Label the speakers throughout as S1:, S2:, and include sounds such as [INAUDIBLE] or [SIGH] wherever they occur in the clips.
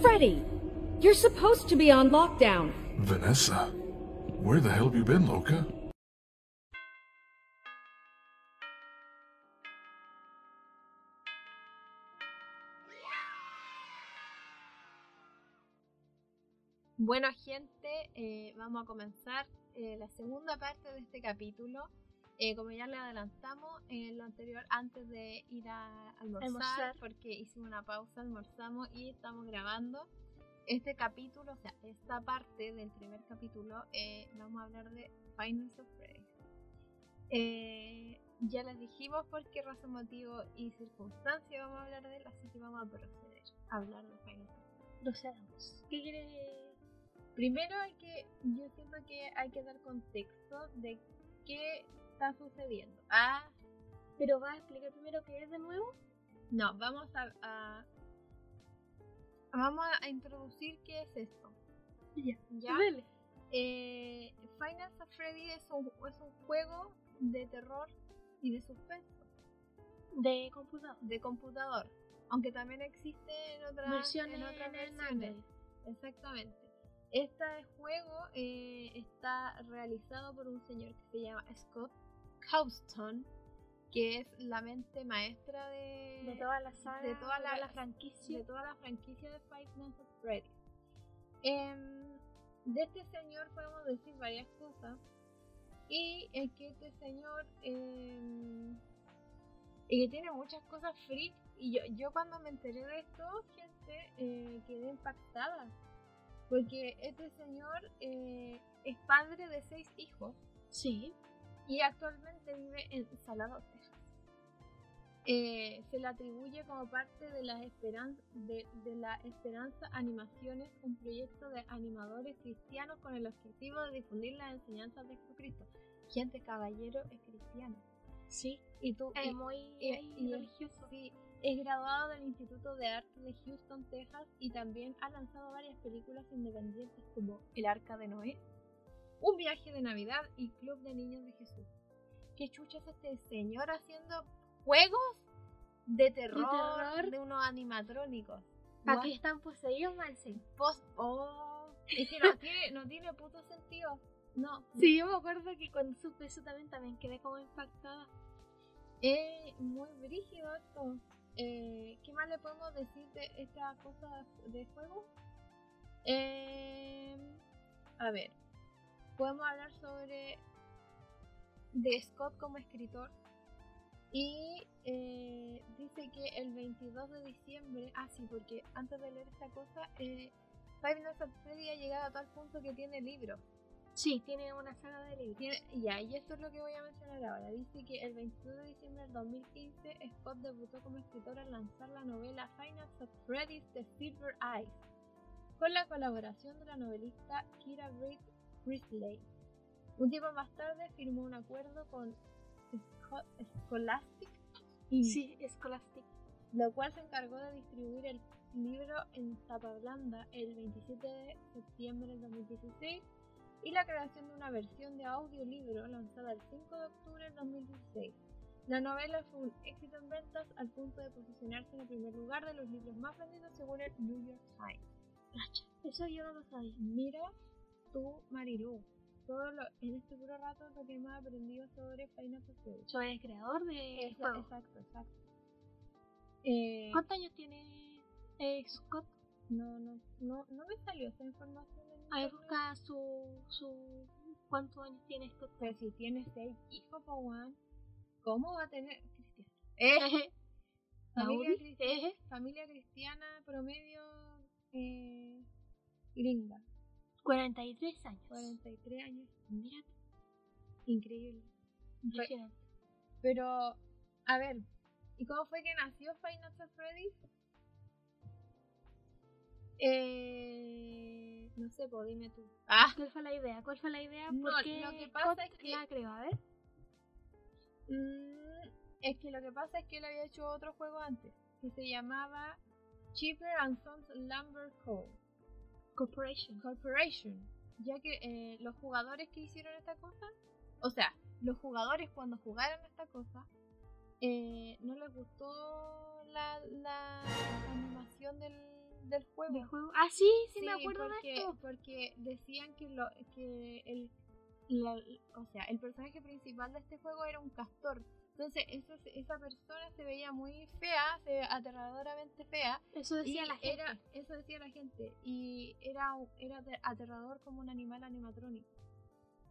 S1: Freddy, you're supposed to be on lockdown.
S2: Vanessa, where the hell have you been, Loka?
S3: Bueno, gente, eh, vamos a comenzar eh, la segunda parte de este capítulo. Eh, como ya le adelantamos en lo anterior, antes de ir a almorzar,
S4: Almorzar.
S3: porque hicimos una pausa, almorzamos y estamos grabando. Este capítulo, o sea, esta parte del primer capítulo, eh, vamos a hablar de Final Surprise. Eh, ya les dijimos por qué razón, motivo y circunstancia vamos a hablar de él, así que vamos a proceder a hablar de Final Surprise.
S4: Procedamos.
S3: ¿Qué quiere? Primero hay que, yo siento que hay que dar contexto de qué está sucediendo. Ah,
S4: Pero va a explicar primero qué es de nuevo.
S3: no, vamos a, a- vamos a introducir qué es esto.
S4: Ya.
S3: ¿Ya?
S4: Dele.
S3: Eh, Final Fantasy Freddy es un, es un juego de terror y de suspenso
S4: De computador.
S3: de computador, aunque también existe en otras
S4: Versiones
S3: en otras
S4: en el
S3: versiones. Exactamente. Este juego eh, está realizado por un señor que se llama Scott Houston, que es la mente maestra de,
S4: De toda la saga.
S3: de toda la-
S4: franquicia.
S3: de toda la franquicia de Five Nights at Freddy's. Em, de este señor podemos decir varias cosas. Y es que este señor em, y que tiene muchas cosas freak. Y yo, yo cuando me enteré de esto, gente, eh, quedé impactada. Porque este señor eh, es padre de seis hijos
S4: Sí.
S3: y actualmente vive en Salado, Texas. Eh, se le atribuye como parte de la, esperanza, de, de la Esperanza Animaciones, un proyecto de animadores cristianos con el objetivo de difundir las enseñanzas de Jesucristo. Gente, caballero es cristiano.
S4: Sí.
S3: Y tú,
S4: Es
S3: y-
S4: muy
S3: y-
S4: ahí
S3: y-
S4: religioso.
S3: sí, es graduado del Instituto de Arte de Houston, Texas, y también ha lanzado varias películas independientes como El Arca de Noé, Un viaje de Navidad y Club de Niños de Jesús. ¿Qué chucha es este señor haciendo juegos de terror de,
S4: terror.
S3: unos animatrónicos?
S4: ¿Para
S3: What
S4: qué están poseídos, Mansen?
S3: post- oh. Es que no
S4: [LAUGHS]
S3: tiene, no tiene puto sentido. No,
S4: Sí, yo me acuerdo que cuando supe eso también, también quedé como impactada.
S3: Eh, muy brígido esto. Eh, ¿Qué más le podemos decir de esta cosa de juego? Eh, a ver, podemos hablar sobre de Scott como escritor. Y eh, dice que el 22 de diciembre, ah sí, porque antes de leer esta cosa, eh, Five Nights at Freddy ha llegado a tal punto que tiene libros.
S4: Sí, tiene una saga de libros.
S3: Tiene- ya, y esto es lo que voy a mencionar ahora. Dice que el 22 de diciembre del 2015, Scott debutó como escritor al lanzar la novela Final of Freddy's The Silver Eyes, con la colaboración de la novelista Kira Reed Risley. Un tiempo más tarde firmó un acuerdo con Scho- Scholastic, Inc.,
S4: Sí, Scholastic.
S3: lo cual se encargó de distribuir el libro en Tapablanda el 27 de septiembre del 2016 y la creación de una versión de audiolibro lanzada el 5 de octubre del 2016. La novela fue un éxito en ventas al punto de posicionarse en el primer lugar de los libros más vendidos según el New York Times.
S4: Eso yo no lo sabía.
S3: Mira tú, Marilu, todo lo, en este puro rato lo que hemos aprendido sobre Final Fantasy.
S4: Soy el creador de
S3: Esa-
S4: juegos.
S3: Exacto, exacto. Eh,
S4: ¿Cuántos años tiene eh, Scott?
S3: No, no, no, no me salió esa información. en
S4: A
S3: internet.
S4: ver, busca su, su... ¿Cuántos años tiene
S3: [LAUGHS]
S4: Scott?
S3: Pero si tiene seis hijos, po, weón, ¿cómo va a tener Cristiano? Eh, familia,
S4: Mauri,
S3: cristiana,
S4: eh.
S3: familia cristiana promedio eh, gringa,
S4: 43 años.
S3: 43 años,
S4: Mira,
S3: increíble.
S4: impresionante.
S3: Pero, a ver, ¿y cómo fue que nació Five Nights at Freddy's? Eh, no sé, pues dime tú. Ah,
S4: ¿Cuál fue la idea? ¿Cuál fue la idea?
S3: No,
S4: ¿Por qué
S3: lo que pasa
S4: Scott
S3: es que-
S4: la creó? A ver.
S3: Mm, es que lo que pasa es que él había hecho otro juego antes, que se llamaba Cheaper and Sons Lumber Co.
S4: Corporation.
S3: Corporation, ya que eh, los jugadores que hicieron esta cosa, o sea, los jugadores cuando jugaron esta cosa, eh, no les gustó la, la animación del, del juego.
S4: ¿De juego? Ah, sí, sí, me acuerdo
S3: porque,
S4: de esto.
S3: Porque decían que, lo, que el, la- o sea, el personaje principal de este juego era un castor. Entonces esa, esa persona se veía muy fea, se veía aterradoramente fea.
S4: Eso
S3: Y
S4: decía la gente.
S3: era, eso decía la gente. Y era, era ate- aterrador como un animal animatrónico.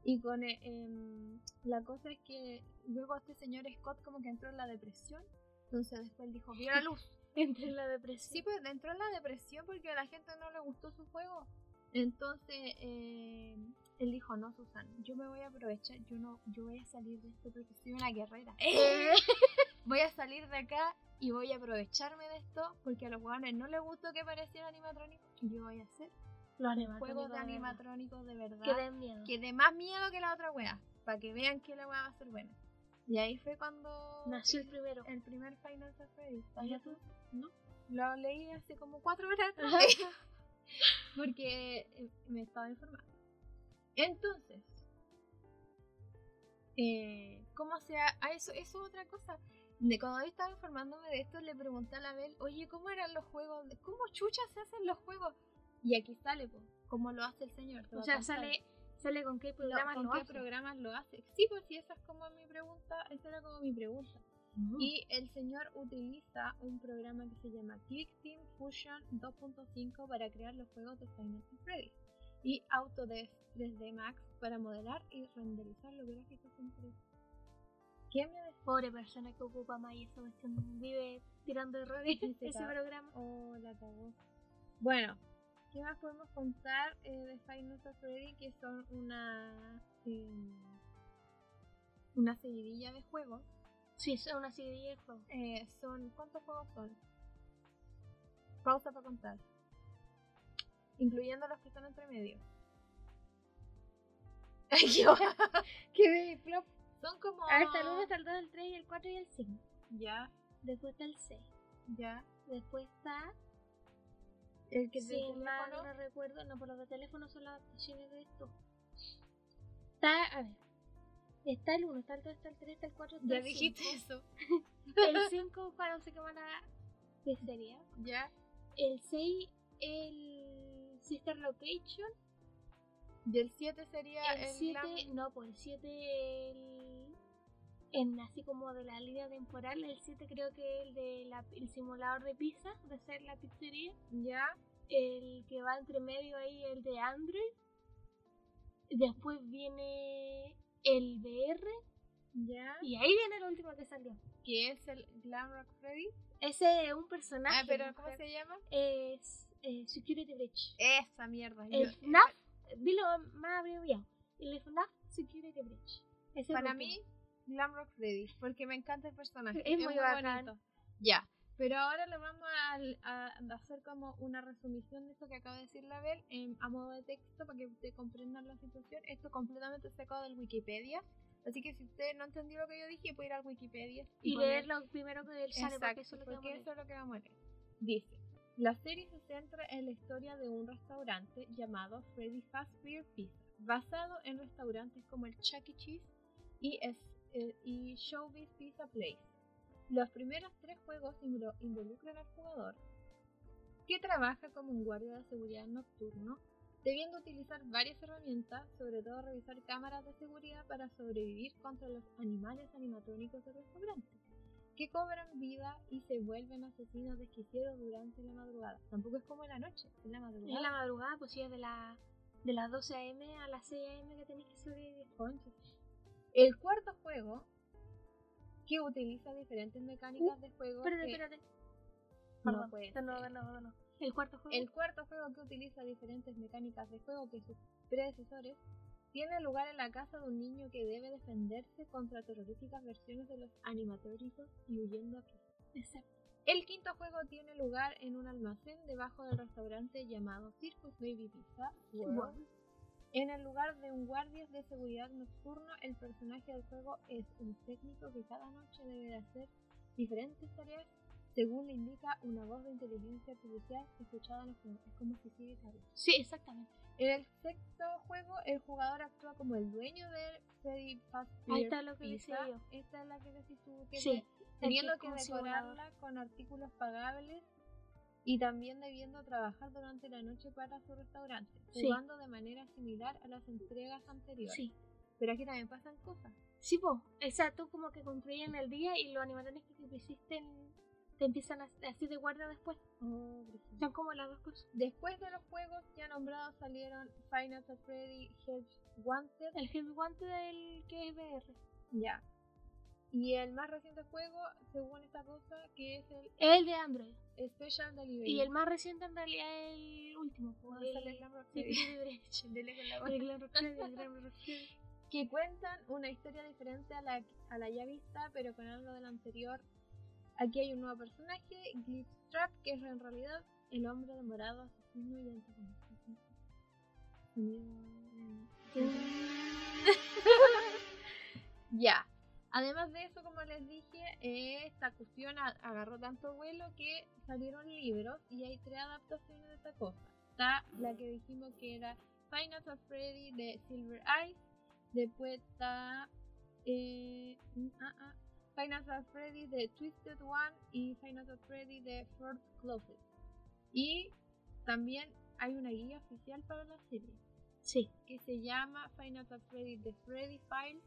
S3: Y con eh, em, la cosa es que luego este señor Scott como que entró en la depresión. Entonces después él dijo, "Vio la luz.
S4: [LAUGHS] Entre la depresión.
S3: Sí, pues entró en la depresión porque a la gente no le gustó su juego. Entonces eh, él dijo, no, Susan, yo me voy a aprovechar, yo no, yo voy a salir de esto porque soy una guerrera. [LAUGHS] voy a salir de acá y voy a aprovecharme de esto porque a los huevones no les gustó que pareciera animatrónico. Y yo voy a hacer
S4: Los animatrónicos.
S3: juegos de
S4: verdad.
S3: animatrónicos de verdad
S4: Que den miedo.
S3: que dé más miedo que la otra wea, para que vean que la wea va a ser buena. Y ahí fue cuando
S4: Nació el primero.
S3: el primer Final Fantasy.
S4: ¿Sabías tú?
S3: No. Lo leí hace como cuatro horas atrás, [LAUGHS] porque eh, me estaba informando. Entonces, eh, ¿cómo se ha...? ah, eso, eso es otra cosa. De cuando yo estaba informándome de esto, le pregunté a la Bel, oye, ¿cómo eran los juegos? ¿Cómo chuchas se hacen los juegos? Y aquí sale, pues, como lo hace el señor. te va
S4: O
S3: a
S4: sea,
S3: contar.
S4: sale, sale con qué
S3: Lo-
S4: programa
S3: ¿con
S4: lo
S3: qué
S4: hacen.
S3: programas lo hace? Sí, pues sí, esa es como mi pregunta, esa era como mi pregunta.
S4: Mm.
S3: Y el señor utiliza un programa que se llama Click Team Fusion 2.5 para crear los juegos de Final Fantasy Freddy y Autodesk 3D Max para modelar y renderizar los gráficos en 3D. ¿Quién me decía?
S4: Pobre persona que ocupa más y esa cuestión vive tirando errores
S3: Sí, se
S4: ese
S3: caga.
S4: programa.
S3: Oh, la cagó. Bueno, ¿qué más podemos contar eh, de Final Fantasy Freddy? Que son una. eh, una seguidilla de juegos.
S4: Sí, es una serie de juegos.
S3: Eh, son. ¿Cuántos juegos son? Pausa para contar. Incluyendo los que están entre medio. [LAUGHS]
S4: [LAUGHS] ¿Qué plop?
S3: Son como.
S4: A ver, está el 1, está el 2, el 3, y el 4 y el 5.
S3: Ah, Ya,
S4: Después está el 6.
S3: ya.
S4: Después está.
S3: El que
S4: Si
S3: es del
S4: mal
S3: teléfono.
S4: no recuerdo, no, por los de teléfono son las adaptaciones de esto. Está, a ver. Está el 1, está el 2, está el 3, está el 4, está
S3: Ya
S4: el 5.
S3: dijiste eso. [LAUGHS]
S4: El 5 para no sé qué van a. ¿Qué sería?
S3: Ya,
S4: El 6, el Sister Location.
S3: Y el 7 sería
S4: El
S3: el.
S4: 7,
S3: glam-
S4: no, pues el 7, el. En así como de la línea temporal, el 7 creo que es el de la, el simulador de pizza, de hacer la pizzería.
S3: Ya.
S4: El que va entre medio ahí, el de Android. Después viene el VR.
S3: Ya.
S4: Y ahí viene el último que salió.
S3: Que es el Glam Rock Freddy.
S4: Ese es un personaje.
S3: Ah, pero
S4: ¿no?
S3: ¿cómo se llama?
S4: Es eh, Security Breach.
S3: Esa mierda. yo-
S4: El FNAF, dilo más abreviado. El FNAF Security Breach. Ese es el
S3: para
S4: último.
S3: mí, Glam Rock Freddy. Porque me encanta el personaje.
S4: Es muy bacán.
S3: bonito. Ya. Pero ahora lo vamos al- a, a hacer como una resumición de esto que acaba de decir la Bel em, a modo de texto para que ustedes comprendan la situación. Esto completamente sacado del Wikipedia. Así que si usted no entendió lo que yo dije, puede ir al Wikipedia.
S4: y
S3: poner-
S4: leer lo primero que él sale porque eso es lo que
S3: porque
S4: vamos a
S3: eso es lo que vamos a leer. Dice, la serie se centra en la historia de un restaurante llamado Freddy Fazbear Pizza, basado en restaurantes como el Chuck E. Cheese y, es, eh, y Showbiz Pizza Place. Los primeros tres juegos invro- involucran al jugador, que trabaja como un guardia de seguridad nocturno, debiendo utilizar varias herramientas, sobre todo revisar cámaras de seguridad para sobrevivir contra los animales animatrónicos del restaurante que cobran vida y se vuelven asesinos desquiciados durante la madrugada. Tampoco es como en la noche, en la
S4: leer.
S3: madrugada.
S4: Es la madrugada, pues sí, es de, la, de las 12 a.m. a las 6 a.m. que tenéis que sobrevivir.
S3: Concha. El cuarto juego, que utiliza diferentes mecánicas de juego.
S4: Uh, Espérate,
S3: que-
S4: espérate.
S3: No
S4: Perdón,
S3: puede
S4: no, no,
S3: ser.
S4: no, no. El cuarto juego.
S3: El cuarto juego que utiliza diferentes mecánicas de juego que sus predecesores tiene lugar en la casa de un niño que debe defenderse contra terroríficas versiones de los animatóricos y huyendo a prisa.
S4: Exacto.
S3: El quinto juego tiene lugar en un almacén debajo del restaurante llamado Circus Baby Pizza World.
S4: World.
S3: En el lugar de un guardia de seguridad nocturno, el personaje del juego es un técnico que cada noche debe de hacer diferentes tareas según le indica una voz de inteligencia artificial escuchada en el juego. Es como si sigue hablando.
S4: Sí, exactamente.
S3: En el sexto juego, el jugador actúa como el dueño de Freddy Fazbear
S4: Ahí está lo que
S3: Pizza.
S4: decía yo.
S3: Esta es la que decís tú que
S4: Sí.
S3: teniendo
S4: es
S3: que
S4: como simulador.
S3: decorarla con artículos pagables y también debiendo trabajar durante la noche para su restaurante,
S4: Sí.
S3: jugando de manera similar a las entregas anteriores.
S4: Sí.
S3: Pero aquí también pasan cosas.
S4: Sí, po. Exacto, como que construyen el día y los animatrones que te hiciste en- te empiezan a, así de guardia después. Son como las dos cosas.
S3: Después de los juegos ya nombrados salieron Final Fantasy Freddy, Help Wanted,
S4: El Heavy Guante del que es BR.
S3: ya. Y el más reciente juego, según esta cosa, que es el
S4: El de Android.
S3: Special Delivery.
S4: Y el más reciente en realidad es el último. po,
S3: Donde
S4: el-
S3: sale Glam Rock
S4: [LAUGHS] Sí,
S3: Freddy.
S4: sí, sí,
S3: De Lego en la
S4: de
S3: mano.
S4: Glam Rock Freddy, de Glam Rock Freddy.
S3: que cuentan una historia diferente a la, a la ya vista, pero con algo del anterior. Aquí hay un nuevo personaje, Glitchtrap, que es en realidad el hombre de morado asesino y antagonista. Ya. Además de eso, como les dije, eh, esta cuestión a- agarró tanto vuelo que salieron libros y hay tres adaptaciones de esta cosa. Está la que dijimos que era Final of Freddy de Silver Eyes. Después está eh, mm, ah, ah, Final of Freddy de Twisted One y Final of Freddy de Ford Closet. Y también hay una guía oficial para la serie
S4: [LAUGHS] Sí.
S3: que se llama Final Fantasy Freddy The Freddy File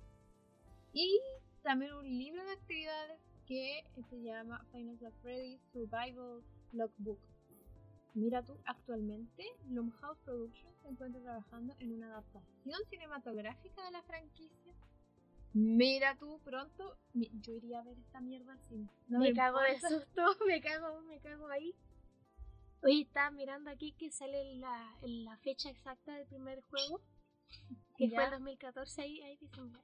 S3: y también un libro de actividades que se llama Final Fantasy Freddy Survival Logbook. Mira tú, actualmente Blumhouse Productions se encuentra trabajando en una adaptación cinematográfica de la franquicia. Mira tú, pronto mi- yo iría a ver esta mierda al cine. No
S4: me cago de
S3: importa.
S4: susto, me cago, me cago ahí. Hoy estaba mirando aquí que sale la, la fecha exacta del primer juego, que fue
S3: Ya.
S4: el 2014, ahí, ahí dice, mira.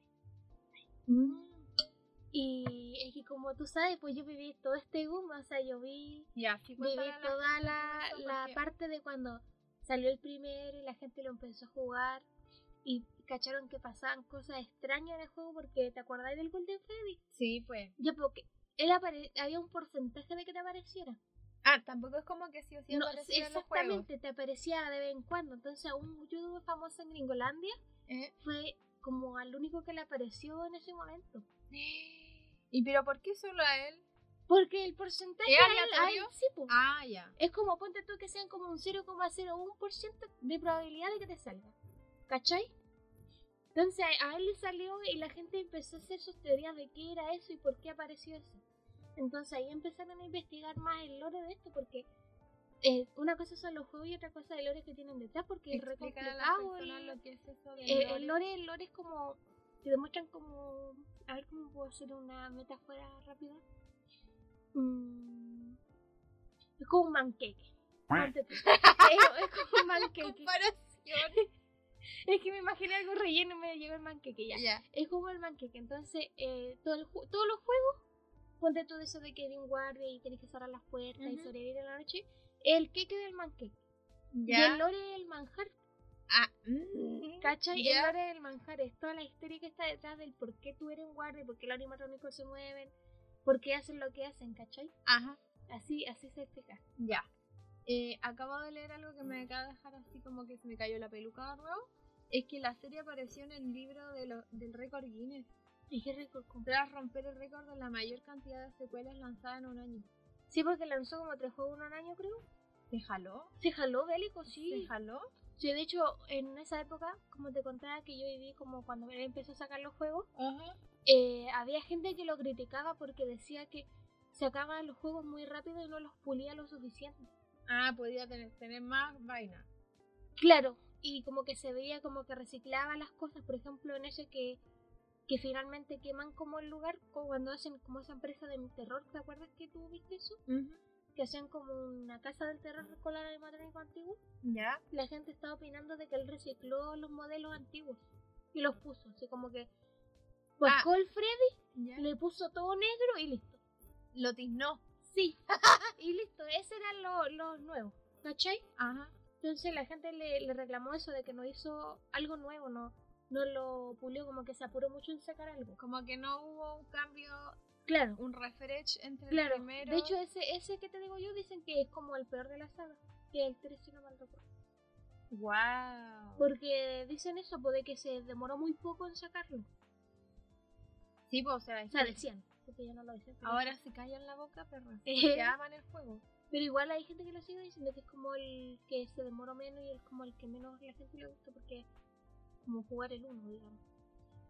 S3: Mm,
S4: Y es que como tú sabes, pues yo viví todo este boom, o sea, yo vi,
S3: [LAUGHS] Ya, sí,
S4: viví
S3: cuéntale a la
S4: toda
S3: gente
S4: la,
S3: todo eso,
S4: la
S3: porque-
S4: parte de cuando salió el primero y la gente lo empezó a jugar y cacharon que pasaban cosas extrañas en el juego porque te acordás del Golden Freddy.
S3: Sí, pues.
S4: Ya, porque él apare- había un porcentaje de que te apareciera.
S3: Ah, tampoco es como que sí o sí
S4: No,
S3: apareciera en los juegos.
S4: exactamente, te aparecía de vez en cuando. Entonces, a un youtuber famoso en Gringolandia
S3: ¿Eh?
S4: fue como al único que le apareció en ese momento.
S3: ¿Y pero por qué solo a él?
S4: Porque el porcentaje
S3: ¿Es
S4: a él- a él
S3: aleatorio?
S4: sí, po.
S3: Ah, ya.
S4: es como ponte tú que sean como un 0,01% de probabilidad de que te salga. ¿Cachai? Entonces a él le salió y la gente empezó a hacer sus teorías de qué era eso y por qué apareció eso. Entonces ahí empezaron a investigar más el lore de esto porque eh, una cosa son los juegos y otra cosa el lore que tienen detrás porque es re
S3: Explícale a las
S4: complicado
S3: personas
S4: el-
S3: lo que es eso del
S4: el,
S3: lore.
S4: Eh, el lore, el lore es como. Te demuestran como. A ver cómo puedo hacer una metáfora rápida. Mm, es como un manqueque. Ponte tú. es, es como un manqueque.
S3: Comparación.
S4: Es que me imaginé algo relleno y me llegó el manqueque [LAUGHS] ya.
S3: ya.
S4: Es como el manqueque. Entonces, eh, todo el ju- todos los juegos, ponte todo eso de que hay un guardia y tenés que cerrar las puertas y
S3: Ujú.
S4: sobrevivir en la noche. El queque del manqueque. Y el
S3: Ya.
S4: lore es el manjar
S3: Ah, mm.
S4: ¿Cachai?
S3: Ya.
S4: El área del manjar es toda la historia que está detrás del por qué tú eres un guardia, por qué los animatrónicos se mueven, por qué hacen lo que hacen, ¿cachai?
S3: Ajá.
S4: Así, así se explica.
S3: Ya. Eh, acabo de leer algo que me acaba de dejar así como que se me cayó la peluca de nuevo. Es que la serie apareció en el libro de lo- del récord Guinness.
S4: Y qué rico. como-
S3: Tras romper el récord de la mayor cantidad de secuelas lanzadas en un año.
S4: Sí, porque lanzó como tres juegos en un año, creo.
S3: ¿Se jaló?
S4: Se jaló bélico,
S3: ¿Se
S4: sí.
S3: jaló?
S4: Sí, de hecho, en esa época, como te contaba que yo viví como cuando él empezó a sacar los juegos,
S3: Ajá.
S4: eh, había gente que lo criticaba porque decía que sacaban los juegos muy rápido y no los pulía lo suficiente.
S3: Ah, podía tener, tener más vaina.
S4: Claro, y como que se veía como que reciclaba las cosas, por ejemplo, en ese que, que finalmente queman como el lugar, como cuando hacen como esa empresa de terror, ¿te acuerdas que tú viste eso? Que hacían como una casa del terror con la de matrónico antiguo.
S3: Ya.
S4: La gente estaba opinando de que él recicló los modelos antiguos y los puso, así como que buscó el Freddy,
S3: Ya.
S4: le puso todo negro y listo.
S3: Lo tiznó.
S4: Sí, [LAUGHS] y listo, ese eran los los nuevos, ¿cachai?
S3: Ajá.
S4: Entonces la gente le, le reclamó eso de que no hizo algo nuevo, no, no lo pulió, como que se apuró mucho en sacar algo.
S3: Como que no hubo un cambio,
S4: Claro,
S3: un refresh entre
S4: claro.
S3: el primero.
S4: De hecho, ese, ese que te digo yo dicen que es como el peor de la saga, que el 3 si no mal recuerdo.
S3: wow.
S4: Porque dicen eso, puede que se demoró muy poco en sacarlo.
S3: Sí, pues, o sea,
S4: O sea, decían, porque yo no lo hice. pero-
S3: ahora se callan la boca, perros.
S4: [LAUGHS] Eh.
S3: Que aman el juego.
S4: Pero igual hay gente que lo sigue diciendo que es como el que se demoró menos y el como el que menos la gente le gusta porque es como jugar el uno, digamos.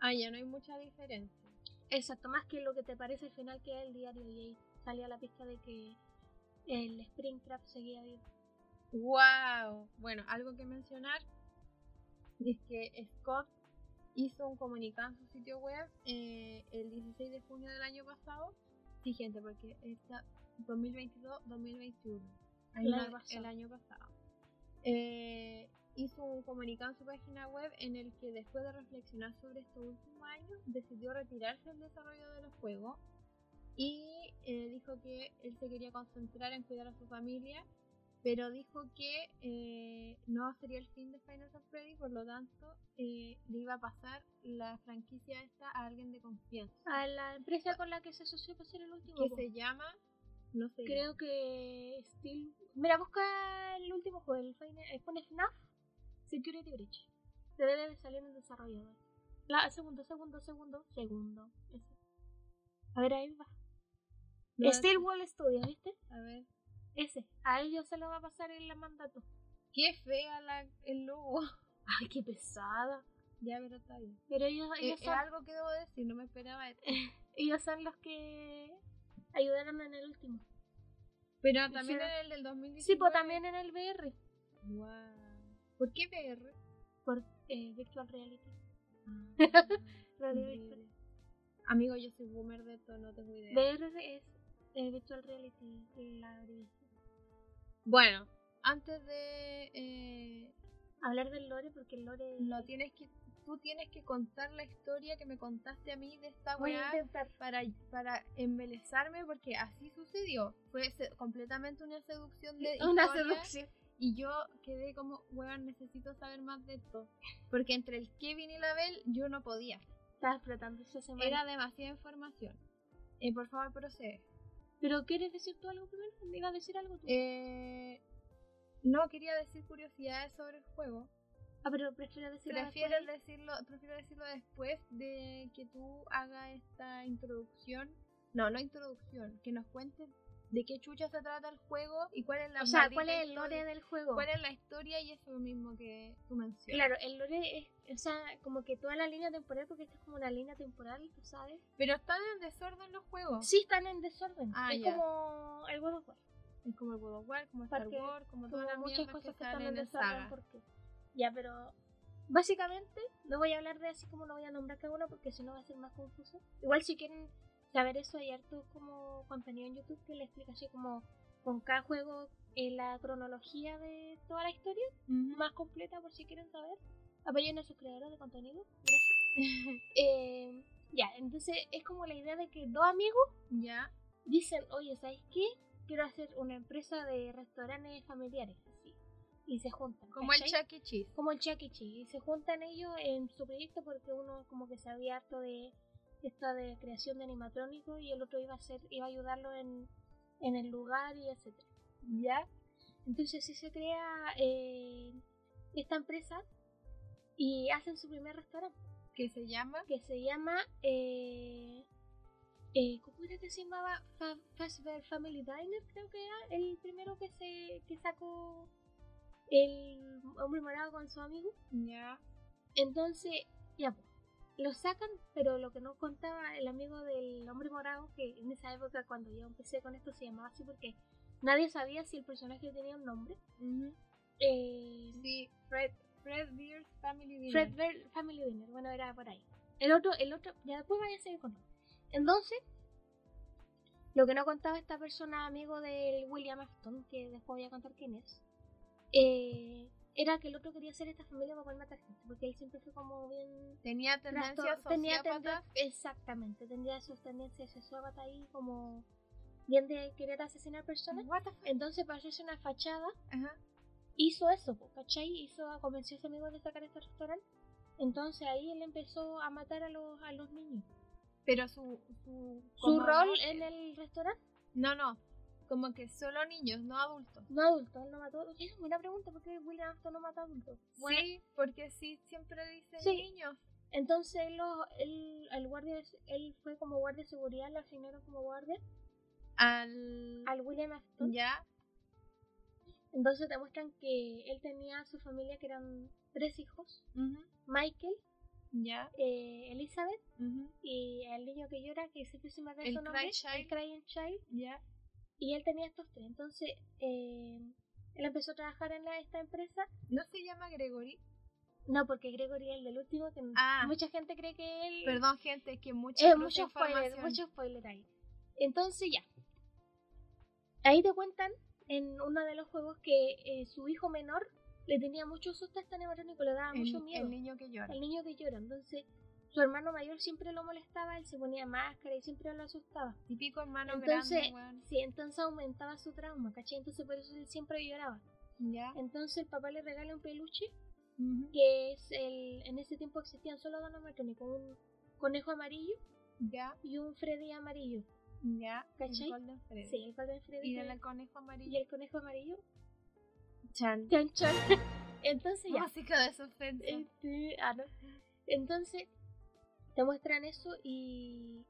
S3: Ah, ya no hay mucha diferencia.
S4: Exacto, más que lo que te parece al final que es el diario y ahí salía la pista de que el Springtrap seguía vivo.
S3: ¡Wow! Bueno, algo que mencionar es que Scott hizo un comunicado en su sitio web eh, el 16 de junio del año pasado. Sí, gente, porque está 2022-2021. ahí
S4: El año
S3: no,
S4: pasado.
S3: El año pasado. Eh, hizo un comunicado en su página web en el que después de reflexionar sobre estos últimos años decidió retirarse del desarrollo de los juegos y eh, dijo que él se quería concentrar en cuidar a su familia pero dijo que eh, no sería el fin de Final Fantasy Freddy, por lo tanto eh, le iba a pasar la franquicia esta a alguien de confianza,
S4: A la empresa con la que se asoció para ser el último.
S3: que
S4: po.
S3: se llama, no sé,
S4: Creo que Steel. Mira, busca el último juego, el Final. eh, Pone FNAF Security Breach. Te debe de salir en el desarrollador. La, segundo, segundo, segundo, segundo. Ese. A ver, ahí va.
S3: no,
S4: Steel Wall Studios, ¿viste?
S3: a ver,
S4: Ese. A ellos se lo va a pasar el mandato.
S3: qué fea la, el logo, [LAUGHS]
S4: Ay, qué pesada.
S3: ya pero está bien,
S4: Pero ellos,
S3: Eh,
S4: ellos,
S3: es
S4: son,
S3: algo que debo decir, no me esperaba esto.
S4: ellos son los que ayudaron en el último.
S3: pero también
S4: sí.
S3: era el del 2019,
S4: Sí, pues también en el VR.
S3: Guau. ¿por qué VR?
S4: Por eh, Virtual Reality. [LAUGHS]
S3: Mm.
S4: Realidad virtual.
S3: Increíble. Eh, Amigo, yo soy boomer de esto, no tengo idea.
S4: VR es eh, Virtual Reality, la abreviación.
S3: Bueno, antes de eh,
S4: Hablar del lore porque el lore
S3: lo tienes que tú tienes que contar la historia que me contaste a mí de esta
S4: voy a
S3: weá
S4: intentar.
S3: para, para embelezarme porque así sucedió. Fue se- completamente una seducción de
S4: [LAUGHS] Una
S3: historia
S4: seducción.
S3: y yo quedé como, weón, necesito saber más de esto. Porque entre el Kevin y la Bel yo no podía.
S4: Estaba explotando esa semana.
S3: Era demasiada información. Eh, por favor, procede.
S4: Pero ¿quieres decir tú algo primero? ¿Me iba a decir algo tú?
S3: Eh, no quería decir curiosidades sobre el juego.
S4: ah, pero prefiero decir
S3: Prefiero decirlo, prefiero decirlo después de que tú hagas esta introducción. No, no introducción, que nos cuentes de qué chucha se trata el juego y cuál es la
S4: O sea,
S3: maldita
S4: ¿cuál es el
S3: historia-
S4: lore del juego?
S3: cuál es la historia y eso mismo que tú mencionas.
S4: Claro, el lore es, o sea, como que toda la línea temporal, porque esta es como una línea temporal, tú sabes.
S3: Pero están en desorden los juegos.
S4: Sí, están en desorden.
S3: Ah,
S4: es
S3: ya.
S4: como el World of War.
S3: Es como el God of War, como Star
S4: Porque
S3: Wars, como
S4: como
S3: todas las
S4: muchas
S3: mierdas
S4: cosas
S3: que
S4: que están
S3: salen
S4: en
S3: en
S4: desorden
S3: saga.
S4: porque ya pero básicamente no voy a hablar de así como no voy a nombrar cada uno porque si no va a ser más confuso igual si quieren saber eso hay harto como contenido en YouTube que le explica así como con cada juego eh, la cronología de toda la historia más completa por si quieren saber apoyen a sus creadores de contenido gracias [LAUGHS] Eh, ya entonces es como la idea de que dos amigos
S3: Ya,
S4: dicen, oye, ¿sabes qué? Quiero hacer una empresa de restaurantes familiares, así. Y se juntan.
S3: como el
S4: ¿cachai?
S3: Chuck E. Cheese.
S4: Como el Chuck E. Cheese. Y se juntan ellos en su proyecto porque uno como que sabía harto de esta de creación de animatrónicos y el otro iba a hacer, iba a ayudarlo en, en el lugar y etcétera.
S3: Ya,
S4: Entonces sí se crea eh, esta empresa y hacen su primer restaurante
S3: que se llama
S4: que se llama eh, eh, ¿cómo era que se llamaba? Fa- Fazbear Family Diner creo que era el primero que se que sacó el hombre morado con su amigo
S3: Ya.
S4: entonces ya pues, lo sacan pero lo que no contaba el amigo del hombre morado que en esa época cuando yo empecé con esto se llamaba así porque nadie sabía si el personaje tenía un nombre
S3: Ujú.
S4: eh,
S3: Sí, Fred, Fred Beer's Family Dinner.
S4: Fred Bear Family Dinner, bueno, era por ahí. El otro, el otro, ya después vaya a seguir contando. Entonces, lo que no contaba esta persona, amigo del William Afton, que después voy a contar quién es, eh, era que el otro quería hacer esta familia para poder matar gente, porque él siempre fue como bien.
S3: Tenía tendencias
S4: trastor- tenía
S3: sociópatas.
S4: tenden- exactamente, tenía sus tendencias sociópatas ahí, como bien de querer asesinar personas.
S3: What the fuck?
S4: Entonces, para hacerse una fachada,
S3: Ajá.
S4: hizo eso, po, ¿cachai? Hizo, convenció a su amigo de sacar este restaurante. Entonces ahí él empezó a matar a los, a los niños.
S3: Pero su, su,
S4: Su
S3: como-
S4: rol en el restaurante,
S3: No, no. Como que solo niños, no adultos.
S4: no adultos, él no mató. Esa es buena pregunta, porque William Afton no mata adultos.
S3: sí, porque sí, siempre dicen
S4: Sí.
S3: niños.
S4: Entonces él, lo- él, el guardia, de- él fue como guardia de seguridad, lo asignaron como guardia
S3: Al.
S4: al William Afton.
S3: Ya.
S4: Entonces te muestran que él tenía a su familia que eran tres hijos,
S3: Ujú,
S4: Michael,
S3: Ya.
S4: eh, Elizabeth
S3: ujú,
S4: y el niño que llora, que siempre se me olvida
S3: El
S4: su nombre,
S3: Crychild.
S4: el Crying Child,
S3: Ya.
S4: y él tenía estos tres. Entonces, eh, él empezó a trabajar en la, esta empresa,
S3: ¿No se llama Gregory?
S4: no porque Gregory es el del último, que m-
S3: Ah.
S4: mucha gente cree que él...
S3: Perdón, gente, es que mucha
S4: es
S3: fruta
S4: Eh, mucho spoiler,
S3: información.
S4: mucho spoiler ahí. Entonces ya. Ahí te cuentan en uno de los juegos que eh, su hijo menor le tenía mucho susto a esta neurónica y le daba
S3: El-
S4: mucho
S3: el,
S4: miedo.
S3: niño que llora.
S4: al niño que llora. Entonces, su hermano mayor siempre lo molestaba, él se ponía máscara y siempre lo asustaba.
S3: Típico hermano
S4: Entonces,
S3: grande, weón.
S4: sí, entonces aumentaba su trauma, ¿cachai? Entonces por eso él siempre lloraba.
S3: Ya.
S4: Entonces el papá le regala un peluche,
S3: ujú,
S4: que es el... En ese tiempo existían solo dos animatronics, un conejo amarillo
S3: Ya,
S4: y un Freddy amarillo.
S3: ya. el
S4: ¿Cachai?
S3: Golden Freddy.
S4: Sí, el Golden Freddy
S3: Y
S4: que-
S3: el conejo amarillo.
S4: y el conejo amarillo.
S3: Chan.
S4: Chan, chan. [LAUGHS] Entonces ya.
S3: Música de suspenso.
S4: Este, ah, no. Entonces, te muestran eso y,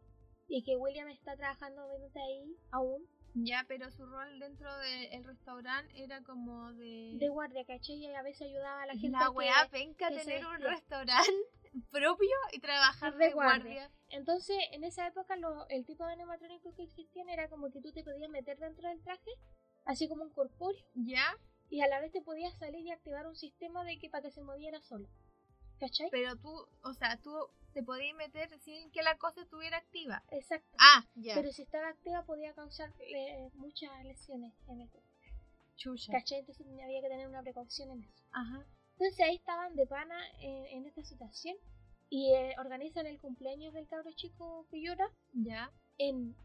S4: y que William está trabajando obviamente ahí aún
S3: Ya, pero su rol dentro del restaurante era como de...
S4: de guardia, ¿cachai? Y a veces ayudaba a la gente
S3: la
S4: que-
S3: weá penca
S4: que se
S3: tener un
S4: vestía.
S3: restaurante [LAUGHS] propio y trabajar
S4: De
S3: de guardia.
S4: guardia. Entonces, en esa época lo- el tipo de animatrónicos que existían era como que tú te podías meter dentro del traje, así como un corpóreo,
S3: Ya,
S4: y a la vez te podías salir y activar un sistema de que para que se moviera solo. ¿Cachai?
S3: pero tú, o sea, tú te podías meter sin que la cosa estuviera activa.
S4: Exacto.
S3: Ah, ya.
S4: Pero si estaba activa podía causar eh, muchas lesiones en el cuerpo.
S3: Chucha.
S4: ¿Cachai? Entonces había que tener una precaución en eso.
S3: Ajá.
S4: Entonces ahí estaban de pana eh, en esta situación y eh, organizan el cumpleaños del cabro chico que llora
S3: Ya.
S4: en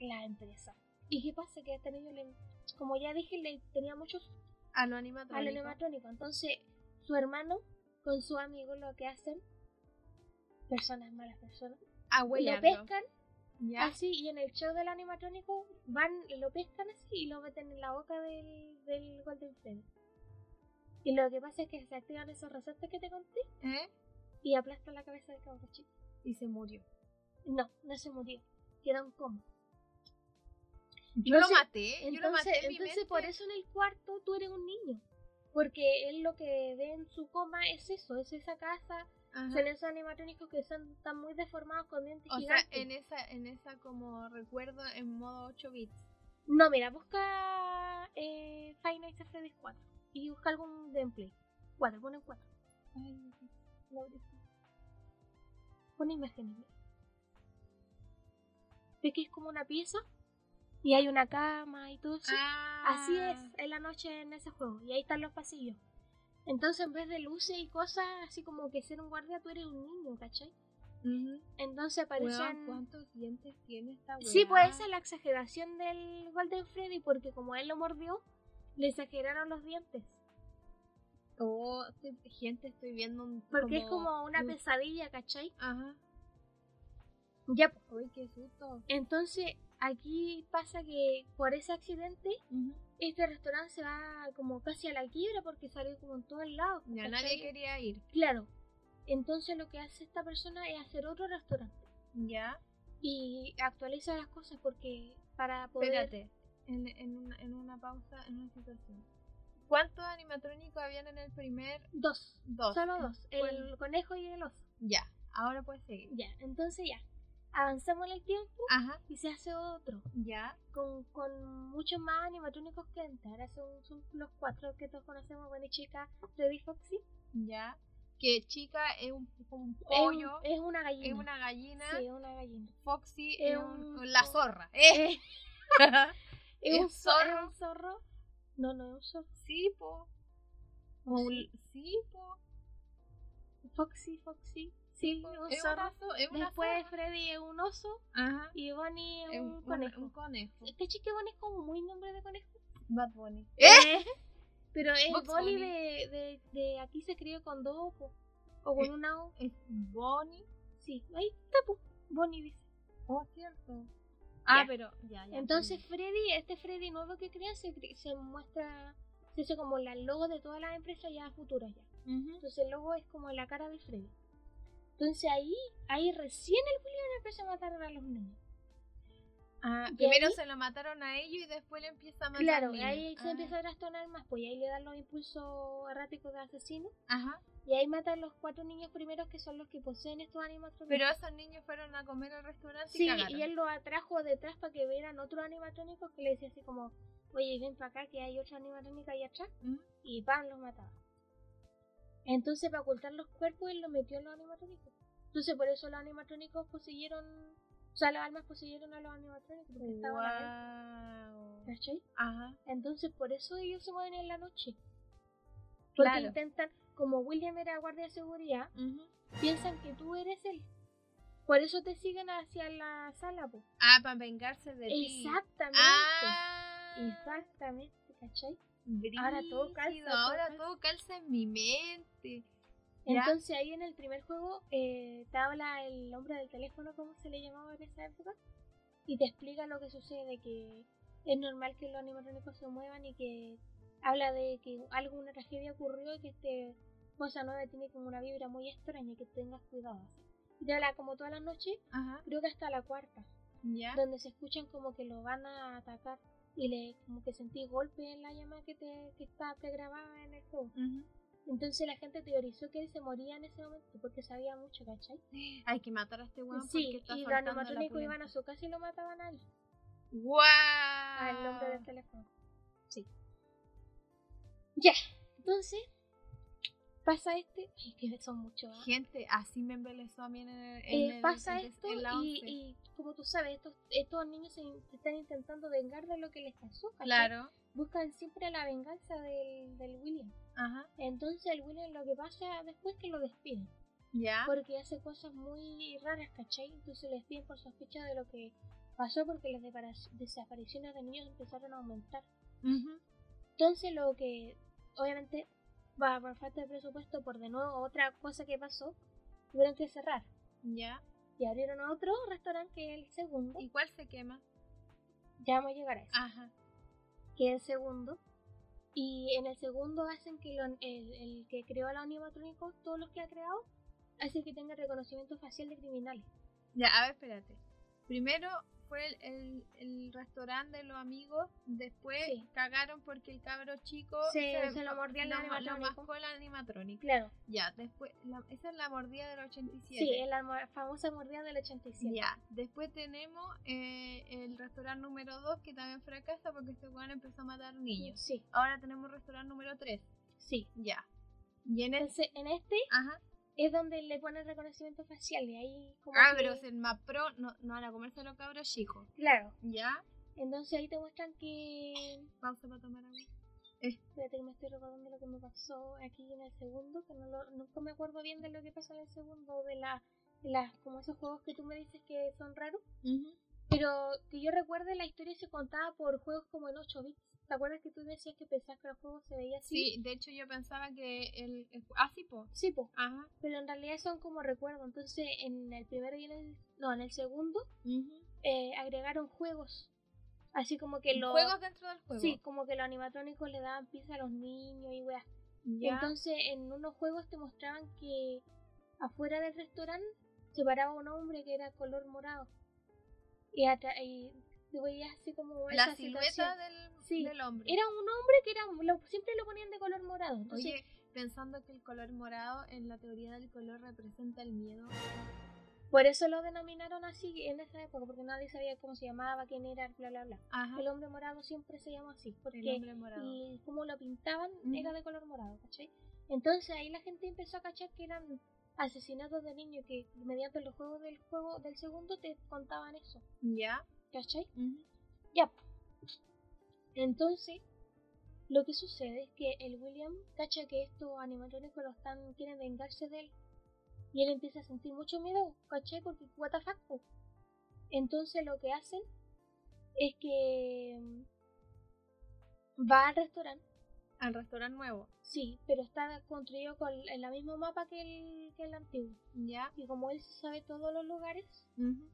S4: la empresa. ¿Y qué pasa? Que a este niño, le- como ya dije, le tenía muchos
S3: A lo animatrónico.
S4: al animatrónico. Entonces su hermano con su amigo lo que hacen, personas malas personas,
S3: A
S4: lo
S3: huearlo.
S4: pescan
S3: Ah, Ya.
S4: así y en el show del animatrónico van, lo pescan así y lo meten en la boca del, del Golden Freddy. Y lo que pasa es que se activan esos resortes que te conté
S3: ¿Eh?
S4: y aplastan la cabeza del cabro chico.
S3: Y se murió.
S4: No, no se murió. Queda un coma.
S3: Yo lo
S4: Entonces-
S3: maté. Yo lo maté.
S4: Entonces,
S3: en mi
S4: entonces
S3: mente.
S4: por eso en el cuarto tú eres un niño. Porque él lo que ve en su coma es eso, es esa casa,
S3: Ajá.
S4: son esos animatrónicos que son, están muy deformados con dientes
S3: O sea,
S4: gigantes.
S3: en esa, en esa como recuerdo en modo 8 bits.
S4: No, mira, busca eh, Five Nights at Freddy's 4 y busca algún gameplay. 4, pone 4. Pone imágenes. mira. Ve que es como una pieza y hay una cama y todo eso.
S3: Ah.
S4: Así es, es la noche en ese juego. Y ahí están los pasillos. Entonces, en vez de luces y cosas, así como que ser un guardia, tú eres un niño, ¿cachai?
S3: Ujú.
S4: Entonces
S3: Weón,
S4: aparecen...
S3: ¿Cuántos dientes tiene esta weá?
S4: sí, puede ser la exageración del Golden Freddy, porque como él lo mordió, le exageraron los dientes.
S3: Oh, estoy- gente, estoy viendo un.
S4: Porque es como una
S3: un-
S4: pesadilla, ¿cachai?
S3: Ajá.
S4: Ya, po.
S3: Uy, qué susto.
S4: entonces aquí pasa que por ese accidente, este restaurante se va como casi a la quiebra porque salió como en todos lados.
S3: Ya
S4: ¿cachai?
S3: nadie quería ir.
S4: Claro. Entonces lo que hace esta persona es hacer otro restaurante
S3: Ya.
S4: y actualiza las cosas porque para poder
S3: Espérate. En, en, una, en una pausa, en una situación. ¿Cuántos animatrónicos habían en el primer?
S4: dos,
S3: Dos.
S4: solo dos, el
S3: Bueno.
S4: conejo y el oso.
S3: Ya. Ahora puedes seguir.
S4: Ya, entonces ya avanzamos en el tiempo
S3: Ajá.
S4: y se hace otro
S3: Ya.
S4: con, con muchos más animatrónicos que antes. Ahora son, son los cuatro que todos conocemos, Buena Chica, Freddy Foxy.
S3: Ya. Que chica es un, como un
S4: Es un-
S3: pollo,
S4: Es, una gallina.
S3: Oh, es, una gallina.
S4: Sí, es una gallina.
S3: Foxy
S4: Es
S3: es un,
S4: un-
S3: la zorra. ¿eh?
S4: Eh, es, [LAUGHS]
S3: Es
S4: un zo- es
S3: zorro.
S4: un zorro. No, no es un zorro.
S3: [LAUGHS] sí, po.
S4: Un-
S3: Sí, po.
S4: Foxy, Foxy. Sí, un
S3: es
S4: zorro.
S3: una, zo- es una
S4: Después
S3: zorra.
S4: Freddy es un oso
S3: Ajá.
S4: y Bonnie es
S3: Es
S4: un, conejo.
S3: Un conejo.
S4: ¿Qué chique Bonnie es como muy nombre de conejo?
S3: Bad Bunny.
S4: ¿Eh? Pero es
S3: Bugs
S4: Bonnie
S3: Bunny.
S4: de, de, de aquí se escribe con dos O, po. o con
S3: Eh.
S4: una O.
S3: Es Bonnie.
S4: Sí, ahí está, po. Bonnie dice.
S3: Oh, cierto. Ah,
S4: Ya.
S3: pero ya, ya.
S4: Entonces Freddy, este Freddy nuevo que crea se, cre- se muestra, se hace como el logo de todas las empresas ya futuras ya.
S3: entendí. Ujú.
S4: Entonces el logo es como la cara de Freddy. Entonces ahí, ahí recién el Julián empieza a matar a los niños.
S3: Ah,
S4: Y
S3: primero
S4: ahí-
S3: se lo mataron a ellos y después le empieza a matar
S4: Claro,
S3: al
S4: y
S3: niño.
S4: ahí se
S3: Ah,
S4: empieza a trastornar más, pues y ahí le dan los impulsos erráticos de asesino.
S3: Ajá.
S4: Y ahí matan los cuatro niños primeros que son los que poseen estos animatronics.
S3: Pero esos niños fueron a comer al restaurante
S4: sí,
S3: y cagaron.
S4: y él los atrajo detrás para que vieran otros animatrónicos que le decía así como, oye, ven para acá que hay otro animatrónico ahí atrás.
S3: Ujú.
S4: Y pan los mataba. Entonces, para ocultar los cuerpos, él los metió en los animatrónicos. Entonces, por eso los animatrónicos poseyeron, o sea, las almas poseyeron a los animatrónicos porque estaban adentro,
S3: Guau.
S4: ¿cachai?
S3: Ajá.
S4: Entonces por eso ellos se mueven en la noche. Porque
S3: Claro.
S4: intentan, como William era guardia de seguridad,
S3: Ujú.
S4: piensan que tú eres él. Por eso te siguen hacia la sala, po.
S3: Ah, para vengarse de ti.
S4: Exactamente.
S3: Ah.
S4: Exactamente, ¿cachai?
S3: Ahora todo calza.
S4: todo
S3: Ahora
S4: calza. pues.
S3: todo calza en mi mente. Ya.
S4: Entonces ahí en el primer juego eh, te habla el hombre del teléfono, como se le llamaba en esa época, y te explica lo que sucede, que es normal que los animatrónicos se muevan y que habla de que alguna tragedia ocurrió y que este cosa nueva tiene como una vibra muy extraña, que tengas cuidado. así. Y te habla como todas las noches,
S3: Ajá.
S4: creo que hasta la cuarta,
S3: Ya.
S4: donde se escuchan como que lo van a atacar y le como que sentí golpe en la llamada que, te, que está pregrabada en el juego.
S3: Ujú.
S4: Entonces la gente teorizó que él se moría en ese momento porque sabía mucho, ¿cachai?
S3: Hay que matar a este weón porque
S4: sí,
S3: está
S4: y los
S3: asaltando a la
S4: animatrónicos
S3: pulenta.
S4: iban a su casa y lo mataban a él,
S3: ¡Guau! Ah.
S4: al nombre del teléfono. Sí. Ya, entonces pasa este, ay, que son muchos. ¿ah?
S3: Gente, así me embelezó a mí en el. en
S4: Eh,
S3: el-
S4: pasa
S3: en-
S4: esto
S3: en la
S4: y,
S3: once.
S4: y como tú sabes, estos, estos niños se, in- se están intentando vengar de lo que les pasó, ¿cachai?
S3: Claro.
S4: Buscan siempre la venganza del, del William.
S3: Ajá.
S4: Entonces el William lo que pasa después es que lo despiden.
S3: Ya.
S4: porque hace cosas muy raras, ¿cachai? Entonces les piden por sospecha de lo que pasó porque las depara- desapariciones de niños empezaron a aumentar.
S3: Ujú.
S4: Entonces lo que obviamente va por falta de presupuesto por de nuevo otra cosa que pasó, tuvieron que cerrar
S3: Ya.
S4: y abrieron otro restaurante que es el segundo,
S3: ¿Y cuál se quema?
S4: ya vamos a llegar a eso,
S3: Ajá.
S4: que es el segundo. Y en el segundo hacen que lo- el, el que creó a los animatrónicos, todos los que ha creado, hacen que tenga reconocimiento facial de criminales.
S3: Ya, a ver, espérate. Primero fue el, el, el restaurante de los amigos, después
S4: Sí.
S3: cagaron porque el cabro chico
S4: Se- se lo mordió el
S3: lo, ma- lo
S4: animatrónico.
S3: mascó el animatrónico.
S4: Claro,
S3: Ya, después, la- esa es la mordida del 87.
S4: Sí, en la mo- famosa mordida del 87.
S3: Ya, después tenemos eh, el restaurante número 2 que también fracasa porque este weón empezó a matar niños.
S4: Sí,
S3: Ahora tenemos el restaurante número 3.
S4: sí.
S3: Ya. Y en el...
S4: Entonces, en este
S3: Ajá.
S4: es donde le ponen reconocimiento facial y ahí como
S3: Ah,
S4: que-
S3: pero es el más pro, no, no van a comerse los cabros chicos.
S4: Claro.
S3: Ya.
S4: Entonces ahí te muestran que...
S3: Pausa para tomar agua.
S4: Espérate que me estoy recordando lo que me pasó aquí en el segundo, que no lo- nunca me acuerdo bien de lo que pasó en el segundo, de la, de las como esos juegos que tú me dices que son raros.
S3: Ujú.
S4: Pero que yo recuerde, la historia se contaba por juegos como en 8 bits. ¿Te acuerdas que tú decías que pensabas que los juegos se veía así?
S3: Sí, de hecho yo pensaba que el... el- ah, sí, po.
S4: Sí, pues.
S3: Ajá.
S4: pero en realidad son como recuerdo. Entonces, en el primero y en el, no, en el segundo eh, agregaron juegos, así como que los
S3: Juegos dentro del juego.
S4: sí, como que los animatrónicos le daban pieza a los niños y weas.
S3: Ya.
S4: Entonces, en unos juegos te mostraban que afuera del restaurante se paraba un hombre que era color morado y, atra- y tú veías así como
S3: la
S4: esa
S3: silueta
S4: situación.
S3: del,
S4: Sí.
S3: del hombre.
S4: Era un hombre que era lo- siempre lo ponían de color morado. Entonces,
S3: Oye, pensando que el color morado en la teoría del color representa el miedo.
S4: Por eso lo denominaron así en esa época, porque nadie sabía cómo se llamaba, quién era, bla, bla, bla.
S3: Ajá.
S4: El hombre morado siempre se llamó así,
S3: El
S4: porque
S3: hombre morado.
S4: y como lo pintaban
S3: Ujú.
S4: era de color morado, ¿cachai? Entonces ahí la gente empezó a cachar que eran asesinatos de niños, que mediante los juegos del juego del segundo te contaban eso,
S3: Ya.
S4: ¿cachai?
S3: Ujú.
S4: Ya. po. Entonces, lo que sucede es que el William cacha que estos animatrónicos lo están, quieren vengarse de él. Y él empieza a sentir mucho miedo, ¿cachai? Porque what the fuck, po. Entonces lo que hacen es que mm, va al restaurante,
S3: Al restaurante nuevo.
S4: sí, pero está construido con en la mismo mapa que el, que el antiguo.
S3: Ya.
S4: Y como él se sabe todos los lugares,
S3: Ujú.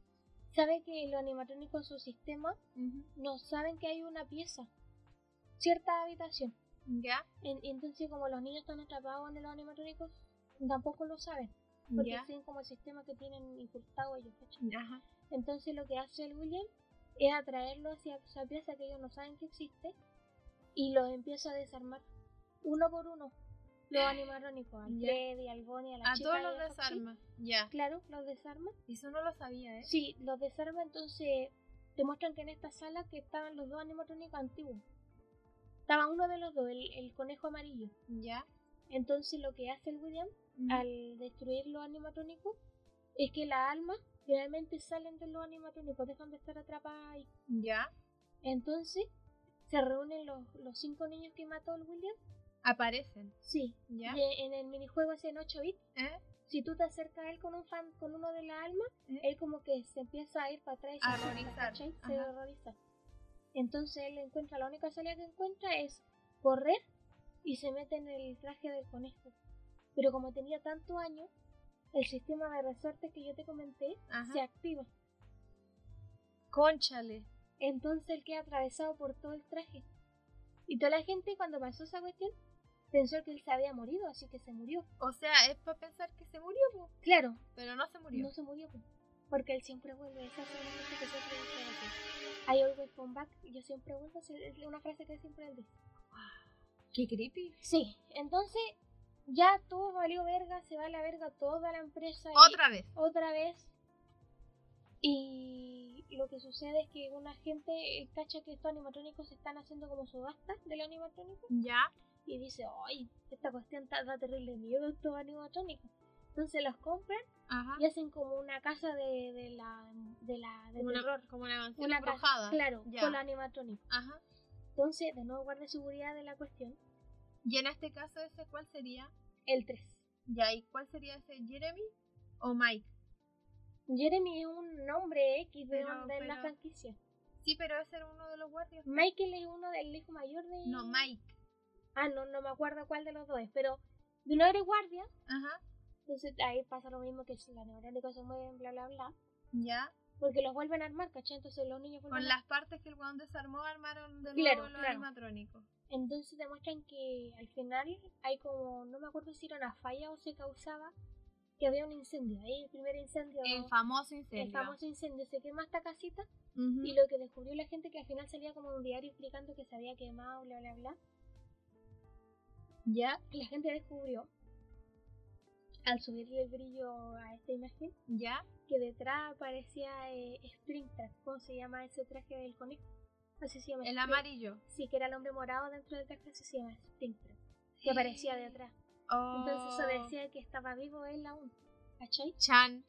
S4: sabe que los animatrónicos su sistema
S3: Ujú.
S4: no saben que hay una pieza, cierta habitación.
S3: Ya.
S4: En- entonces, como los niños están atrapados en los animatrónicos, tampoco lo saben, porque
S3: Ya.
S4: siguen como el sistema que tienen incultado ellos. ¿cachai?
S3: Ajá.
S4: Entonces, lo que hace el William es atraerlo hacia esa pieza que ellos no saben que existe y los empiezo a desarmar uno por uno. Los animatrónicos, al
S3: Ya.
S4: Freddy, al Bonnie, a la
S3: A
S4: chica
S3: todos
S4: de
S3: los
S4: la Foxy.
S3: desarma. Ya.
S4: Claro, los desarma.
S3: Eso no lo sabía, ¿eh?
S4: Sí, los desarma, entonces te muestran que en esta sala que estaban los dos animatrónicos antiguos. Estaba uno de los dos, el, el conejo amarillo.
S3: Ya.
S4: Entonces lo que hace el William
S3: Mm.
S4: al destruir los animatrónicos es que las almas realmente salen de los animatrónicos, dejan de estar atrapadas ahí.
S3: Ya.
S4: Entonces se reúnen los, los cinco niños que mató el William.
S3: Aparecen.
S4: Sí.
S3: Ya.
S4: Y en el minijuego ese en 8 bits,
S3: ¿Eh?
S4: si tú te acercas a él con un fan, con uno de las almas,
S3: ¿Eh?
S4: él como que se empieza a ir para atrás y se
S3: A
S4: asusta,
S3: horrorizar,
S4: ¿cachai? Se
S3: ajá.
S4: horroriza. Entonces él encuentra, la única salida que encuentra es correr y se mete en el traje del conejo. Pero como tenía tantos años, el sistema de resortes que yo te comenté
S3: Ajá.
S4: se activa.
S3: Cónchale.
S4: Entonces él queda atravesado por todo el traje. Y toda la gente cuando pasó esa cuestión pensó que él se había morido, así que se murió.
S3: O sea, es para pensar que se murió, po,
S4: Claro,
S3: pero no se murió.
S4: No se murió, po, porque él siempre vuelve. Esa es una frase que siempre dice así. I always come back, yo siempre vuelvo. sí, Es una frase que siempre él dice.
S3: Qué creepy.
S4: Sí, entonces ya todo valió verga, se va a la verga toda la empresa. y-
S3: Otra vez.
S4: otra vez. Y lo que sucede es que una gente eh, cacha que estos animatrónicos están haciendo como subasta del animatrónico
S3: Ya.
S4: y dice, ay, esta cuestión ta- da terrible miedo a estos animatrónicos. Entonces los compran
S3: Ajá.
S4: y hacen como una casa de, de la... de la... de
S3: Como
S4: terror.
S3: una, como una mansión
S4: Una casa,
S3: embrujada.
S4: Claro,
S3: Ya.
S4: con los animatrónicos.
S3: Ajá.
S4: Entonces, de nuevo guarda seguridad de la cuestión,
S3: Y en este caso, ¿ese cuál sería?
S4: el 3.
S3: Ya, ¿y cuál sería ese? ¿Jeremy o Mike?
S4: Jeremy es un nombre X de,
S3: Pero-
S4: un- de una
S3: pero-
S4: franquicia.
S3: Sí, pero ese era uno de los guardias.
S4: Michael es uno del hijo mayor de...
S3: No, Mike.
S4: Ah, no, no me acuerdo cuál de los dos es, pero de uno eres guardia,
S3: Ajá.
S4: entonces ahí pasa lo mismo que si los neurónicos se mueven, bla, bla, bla.
S3: Ya.
S4: Porque los vuelven a armar, ¿cachai? Entonces los niños vuelven
S3: Con
S4: a-
S3: las partes que el weón desarmó, armaron de nuevo
S4: Claro,
S3: los
S4: claro.
S3: animatrónicos.
S4: Entonces demuestran que al final hay como, no me acuerdo si era una falla o se causaba, que había un incendio. Ahí el primer incendio,
S3: El famoso incendio.
S4: el famoso incendio, se quema esta casita
S3: Ujú.
S4: Y lo que descubrió la gente que al final salía como un diario explicando que se había quemado, bla, bla, bla.
S3: Ya.
S4: La gente descubrió, al subirle el brillo a esta imagen,
S3: Ya.
S4: que detrás aparecía eh, Springtrap, ¿cómo se llama ese traje del conejo? No sé si se llama.
S3: El
S4: Spring-
S3: amarillo.
S4: Sí, que era el hombre morado dentro del traje, así se llama Springtrap, que aparecía detrás.
S3: Oh.
S4: Entonces eso decía que estaba vivo él aún, ¿cachai?
S3: Chan.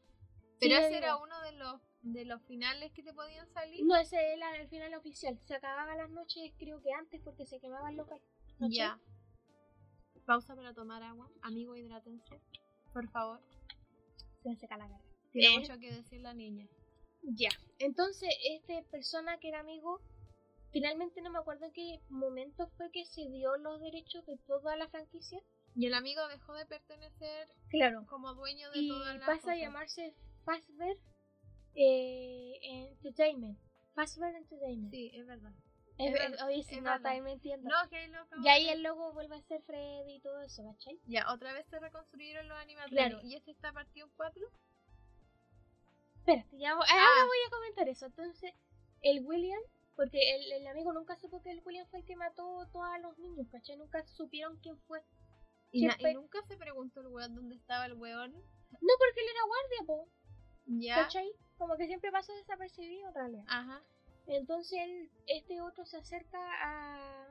S3: Pero
S4: Sí,
S3: ese era
S4: amigo.
S3: uno de los, de los finales que te podían salir.
S4: No, ese era el final oficial, se acababa las noches creo que antes porque se quemaba el local. ¿cachai?
S3: Ya. Pausa para tomar agua. Amigo, hidrátense. Por favor.
S4: Se me seca la cara.
S3: Tiene
S4: Eh.
S3: mucho que decir la niña.
S4: Ya, entonces este persona que era amigo, finalmente no me acuerdo en qué momento fue que se dio los derechos de toda la franquicia.
S3: Y el amigo dejó de pertenecer
S4: Claro.
S3: como dueño de
S4: Y
S3: todas las
S4: pasa a
S3: cosas.
S4: llamarse Fazbear eh, Entertainment. Fazbear Entertainment.
S3: Sí, es verdad.
S4: Es
S3: es
S4: ver-
S3: verdad,
S4: oye, si
S3: es
S4: no,
S3: verdad.
S4: también me entiendo.
S3: No, que loco.
S4: y ahí el logo vuelve a ser Freddy y todo eso, ¿cachai?
S3: Ya, otra vez se reconstruyeron los animatrónicos.
S4: Claro.
S3: ¿Y este está partido en cuatro?
S4: Espérate, ya voy, ahora voy a comentar eso. Entonces, el William, porque el, el amigo nunca supo que el William fue el que mató a todos los niños, ¿cachai? Nunca supieron quién fue.
S3: Y,
S4: Sí,
S3: na- y
S4: fue-
S3: nunca se preguntó el weón dónde estaba el weón.
S4: No, porque él era guardia, po.
S3: Ya.
S4: ¿Cachai? Como que siempre pasó desapercibido en realidad.
S3: Ajá.
S4: Entonces él- este otro se acerca a,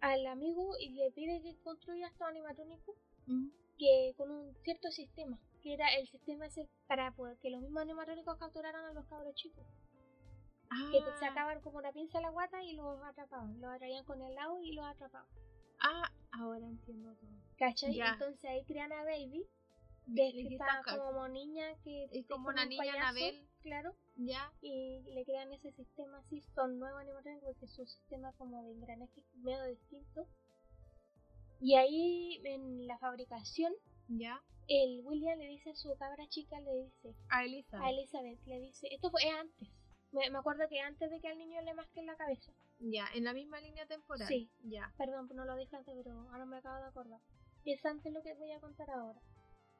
S4: al amigo y le pide que construya estos animatrónicos
S3: Ujú.
S4: que, con un cierto sistema, que era el sistema ese para poder que los mismos animatrónicos capturaran a los cabros chicos, que te
S3: Ah.
S4: sacaban como una pinza a la guata y los atrapaban, los atraían con el lado y los atrapaban.
S3: Ah, ahora entiendo todo.
S4: ¿Cachai?
S3: Ya.
S4: Entonces ahí crean a Baby, que, es
S3: Le
S4: que
S3: quitan
S4: está
S3: caca.
S4: como niña que
S3: Es como una
S4: un
S3: niña
S4: payaso,
S3: Anabel.
S4: claro.
S3: Ya.
S4: y le crean ese sistema así, son nuevos animatrónicos porque su sistema como de engranaje es medio distinto. Y ahí en la fabricación,
S3: Ya.
S4: el William le dice a su cabra chica, le dice,
S3: A Elisa.
S4: a Elizabeth, le dice, esto fue es antes. Me, me acuerdo que antes de que al niño le masquen la cabeza.
S3: Ya, en la misma línea temporal.
S4: Sí.
S3: Ya.
S4: Perdón, no lo dije antes, pero ahora me acabo de acordar. Es antes lo que voy a contar ahora.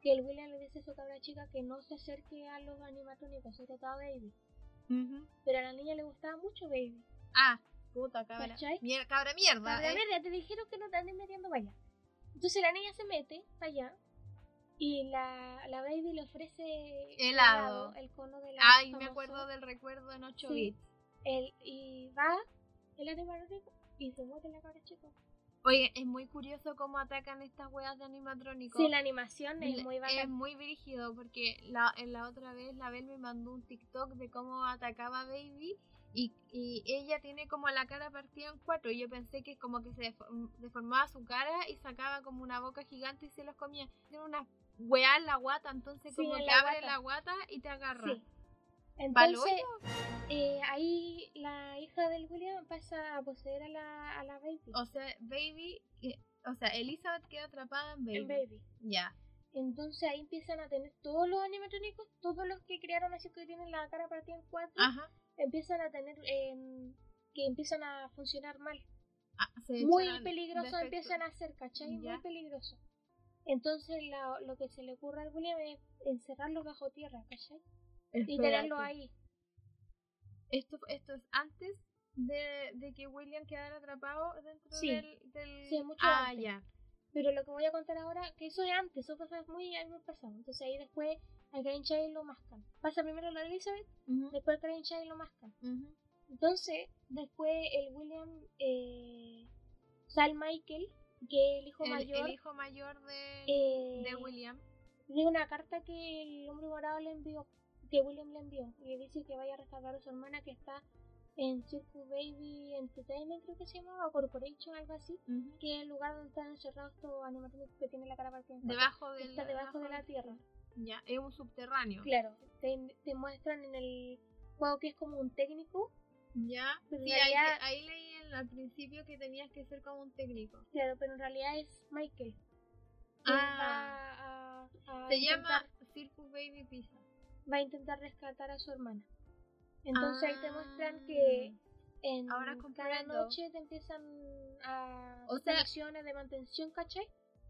S4: Que el William le dice a su cabra chica que no se acerque a los animatrónicos, sobre todo a Baby.
S3: Ujú.
S4: Pero a la niña le gustaba mucho Baby.
S3: Ah, puta cabra.
S4: ¿Cachai?
S3: Mier- cabra mierda.
S4: Cabra
S3: eh.
S4: verga, te dijeron que no te andes metiendo para allá. Entonces la niña se mete para allá y la, la Baby le ofrece
S3: Helado.
S4: el cono de helado.
S3: Ay, me
S4: famoso.
S3: acuerdo del recuerdo en 8
S4: Sí.
S3: bits.
S4: El- y va el animatrónico y se muere la cabra chica.
S3: Oye, es muy curioso cómo atacan estas weas de animatrónicos.
S4: Sí, la animación es
S3: Le-
S4: muy bacán.
S3: Es muy brígido porque la, en la otra vez la Bel me mandó un TikTok de cómo atacaba a Baby y, y ella tiene como la cara partida en cuatro. Y yo pensé que como que se deform- deformaba su cara y sacaba como una boca gigante y se los comía. Tiene una weá en la guata, entonces
S4: Sí,
S3: como
S4: en
S3: que
S4: la
S3: abre
S4: guata.
S3: la guata y te agarra.
S4: Sí.
S3: ¿Pa'l
S4: Entonces, eh, ahí la hija del William pasa a poseer a la, a la baby.
S3: O sea, Baby, eh, o sea, Elizabeth queda atrapada en Baby.
S4: en baby.
S3: Ya.
S4: Entonces ahí empiezan a tener todos los animatrónicos, todos los que crearon así que tienen la cara partida en cuatro,
S3: Ajá.
S4: empiezan a tener em, que empiezan a funcionar mal.
S3: Ah, se
S4: Muy
S3: echaron
S4: peligroso
S3: defectos.
S4: empiezan a ser, ¿cachai? Muy
S3: Ya.
S4: peligroso. Entonces la- lo que se le ocurre al William es encerrarlos bajo tierra, ¿cachai? Y tenerlos
S3: Espérate.
S4: ahí.
S3: Esto, esto es antes de, de que William quedara atrapado dentro
S4: Sí.
S3: del, del-
S4: Sí, mucho
S3: ah,
S4: antes.
S3: ya.
S4: Pero lo que voy a contar ahora, que eso es antes, eso fue muy algo pasado. Entonces ahí después a Green Child lo mascan. Pasa primero la Elizabeth, después a Green Child lo mascan.
S3: Ujú.
S4: Entonces, después el William eh, Sal Michael, que es el hijo
S3: El,
S4: mayor,
S3: el hijo mayor de,
S4: eh,
S3: de William.
S4: lee una carta que el hombre morado le envió, que William le envió, y le dice que vaya a rescatar a su hermana que está en Circus Baby Entertainment, creo que se llamaba, o Corporation, algo así, que es el lugar donde están encerrados estos animatrónicos que tienen la cara partida. en cuatro.
S3: Debajo de
S4: Está
S3: la,
S4: debajo de la tierra.
S3: Ya, es un subterráneo.
S4: Claro, te, te muestran en el juego que es como un técnico,
S3: Ya.
S4: Pero en
S3: Sí, ahí,
S4: realidad-
S3: te- ahí leí en- al principio que tenías que ser como un técnico.
S4: claro, pero en realidad es Michael. que
S3: Ah.
S4: va a- a
S3: Se
S4: intentar-
S3: llama Circus Baby Pizza.
S4: va a intentar rescatar a su hermana. Entonces ahí te
S3: Ah.
S4: muestran que en
S3: Ahora
S4: cada
S3: comprendo.
S4: noche te empiezan a
S3: O
S4: o
S3: sea-
S4: acciones de mantención, ¿cachai?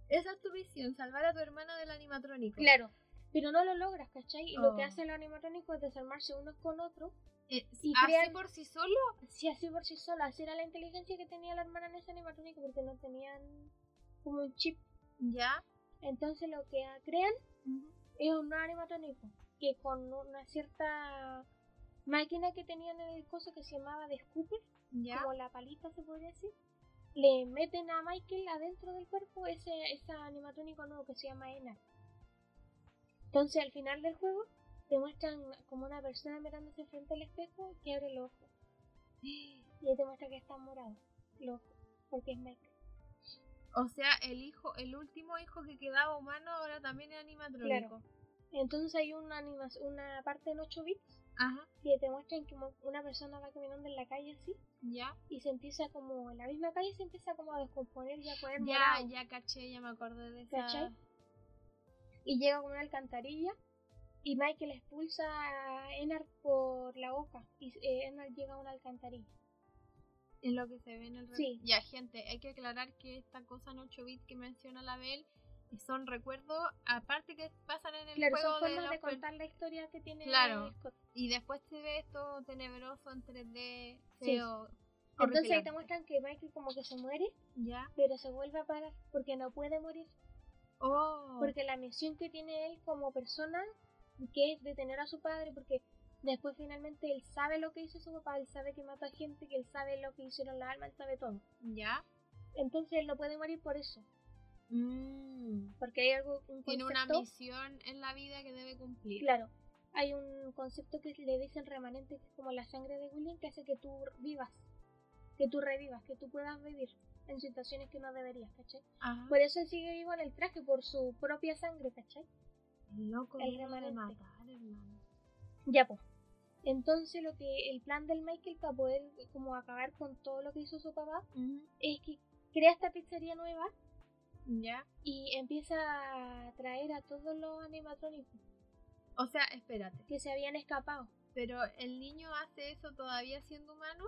S3: Esa es tu visión, salvar a tu hermana del animatrónico.
S4: Claro. Pero no lo logras, ¿cachai? Y lo que
S3: Oh.
S4: hacen los animatrónicos es desarmarse unos con otros.
S3: Eh,
S4: Y
S3: ¿Así
S4: crean-
S3: por sí solo?
S4: Si así por sí sola, así era la inteligencia que tenía la hermana en ese animatrónico, porque no tenían como un chip.
S3: Ya.
S4: Entonces lo que crean es un animatrónico que con una cierta máquina que tenían en el coso que se llamaba de Scooper,
S3: Ya.
S4: como la palita se podría decir, le meten a Michael adentro del cuerpo ese, ese animatrónico nuevo que se llama Ena. Entonces al final del juego te muestran como una persona mirándose frente al espejo que abre los
S3: [GASPS]
S4: ojos. Y ahí te muestra que está morado los ojos, porque es Michael.
S3: O sea, el hijo, el último hijo que quedaba humano ahora también es animatrónico.
S4: Entonces hay una, anima una parte en 8 bits
S3: Ajá,
S4: que te muestran que mo- una persona va caminando en la calle así
S3: ya.
S4: y se empieza como en la misma calle se empieza como a descomponer y a poner
S3: Ya,
S4: morado.
S3: ya caché, ya me acordé de esa.
S4: ¿Cachai? Ah. y llega con una alcantarilla y Michael expulsa a Ennard por la boca y eh, Ennard llega a una alcantarilla.
S3: Es lo que se ve en el re-
S4: Sí.
S3: Ya, gente, hay que aclarar que esta cosa en 8 bits que menciona la Bel son recuerdos, aparte que pasan en el
S4: Claro,
S3: juego
S4: son formas de,
S3: los per-
S4: contar la historia que tiene
S3: Claro.
S4: Scott.
S3: Y después se ve esto tenebroso en 3D,
S4: Sí.
S3: feo.
S4: Entonces ahí te
S3: horripilante.
S4: muestran que Michael como que se muere,
S3: Ya.
S4: pero se vuelve a parar porque no puede morir.
S3: Oh,
S4: Porque la misión que tiene él como persona, que es detener a su padre, porque después finalmente él sabe lo que hizo su papá, él sabe que mató a gente, que él sabe lo que hicieron las almas, él sabe todo.
S3: ya.
S4: Entonces él no puede morir por eso,
S3: Mm.
S4: porque hay algo... un
S3: Tiene una
S4: concepto-
S3: misión en la vida que debe cumplir.
S4: Claro, hay un concepto que le dicen remanente, que es como la sangre de William, que hace que tú vivas, que tú revivas, que tú puedas vivir en situaciones que no deberías, ¿cachai?
S3: Ajá.
S4: Por eso él sigue vivo en el traje, por su propia sangre, ¿cachai?
S3: Loco,
S4: El
S3: viene de
S4: remanente.
S3: matar, hermano.
S4: Ya pues. Entonces lo que el plan del Michael para poder como acabar con todo lo que hizo su papá es que crea esta pizzería nueva
S3: Ya.
S4: y empieza a traer a todos los animatrónicos
S3: O sea, espérate.
S4: que se habían escapado.
S3: Pero el niño hace eso todavía siendo humano.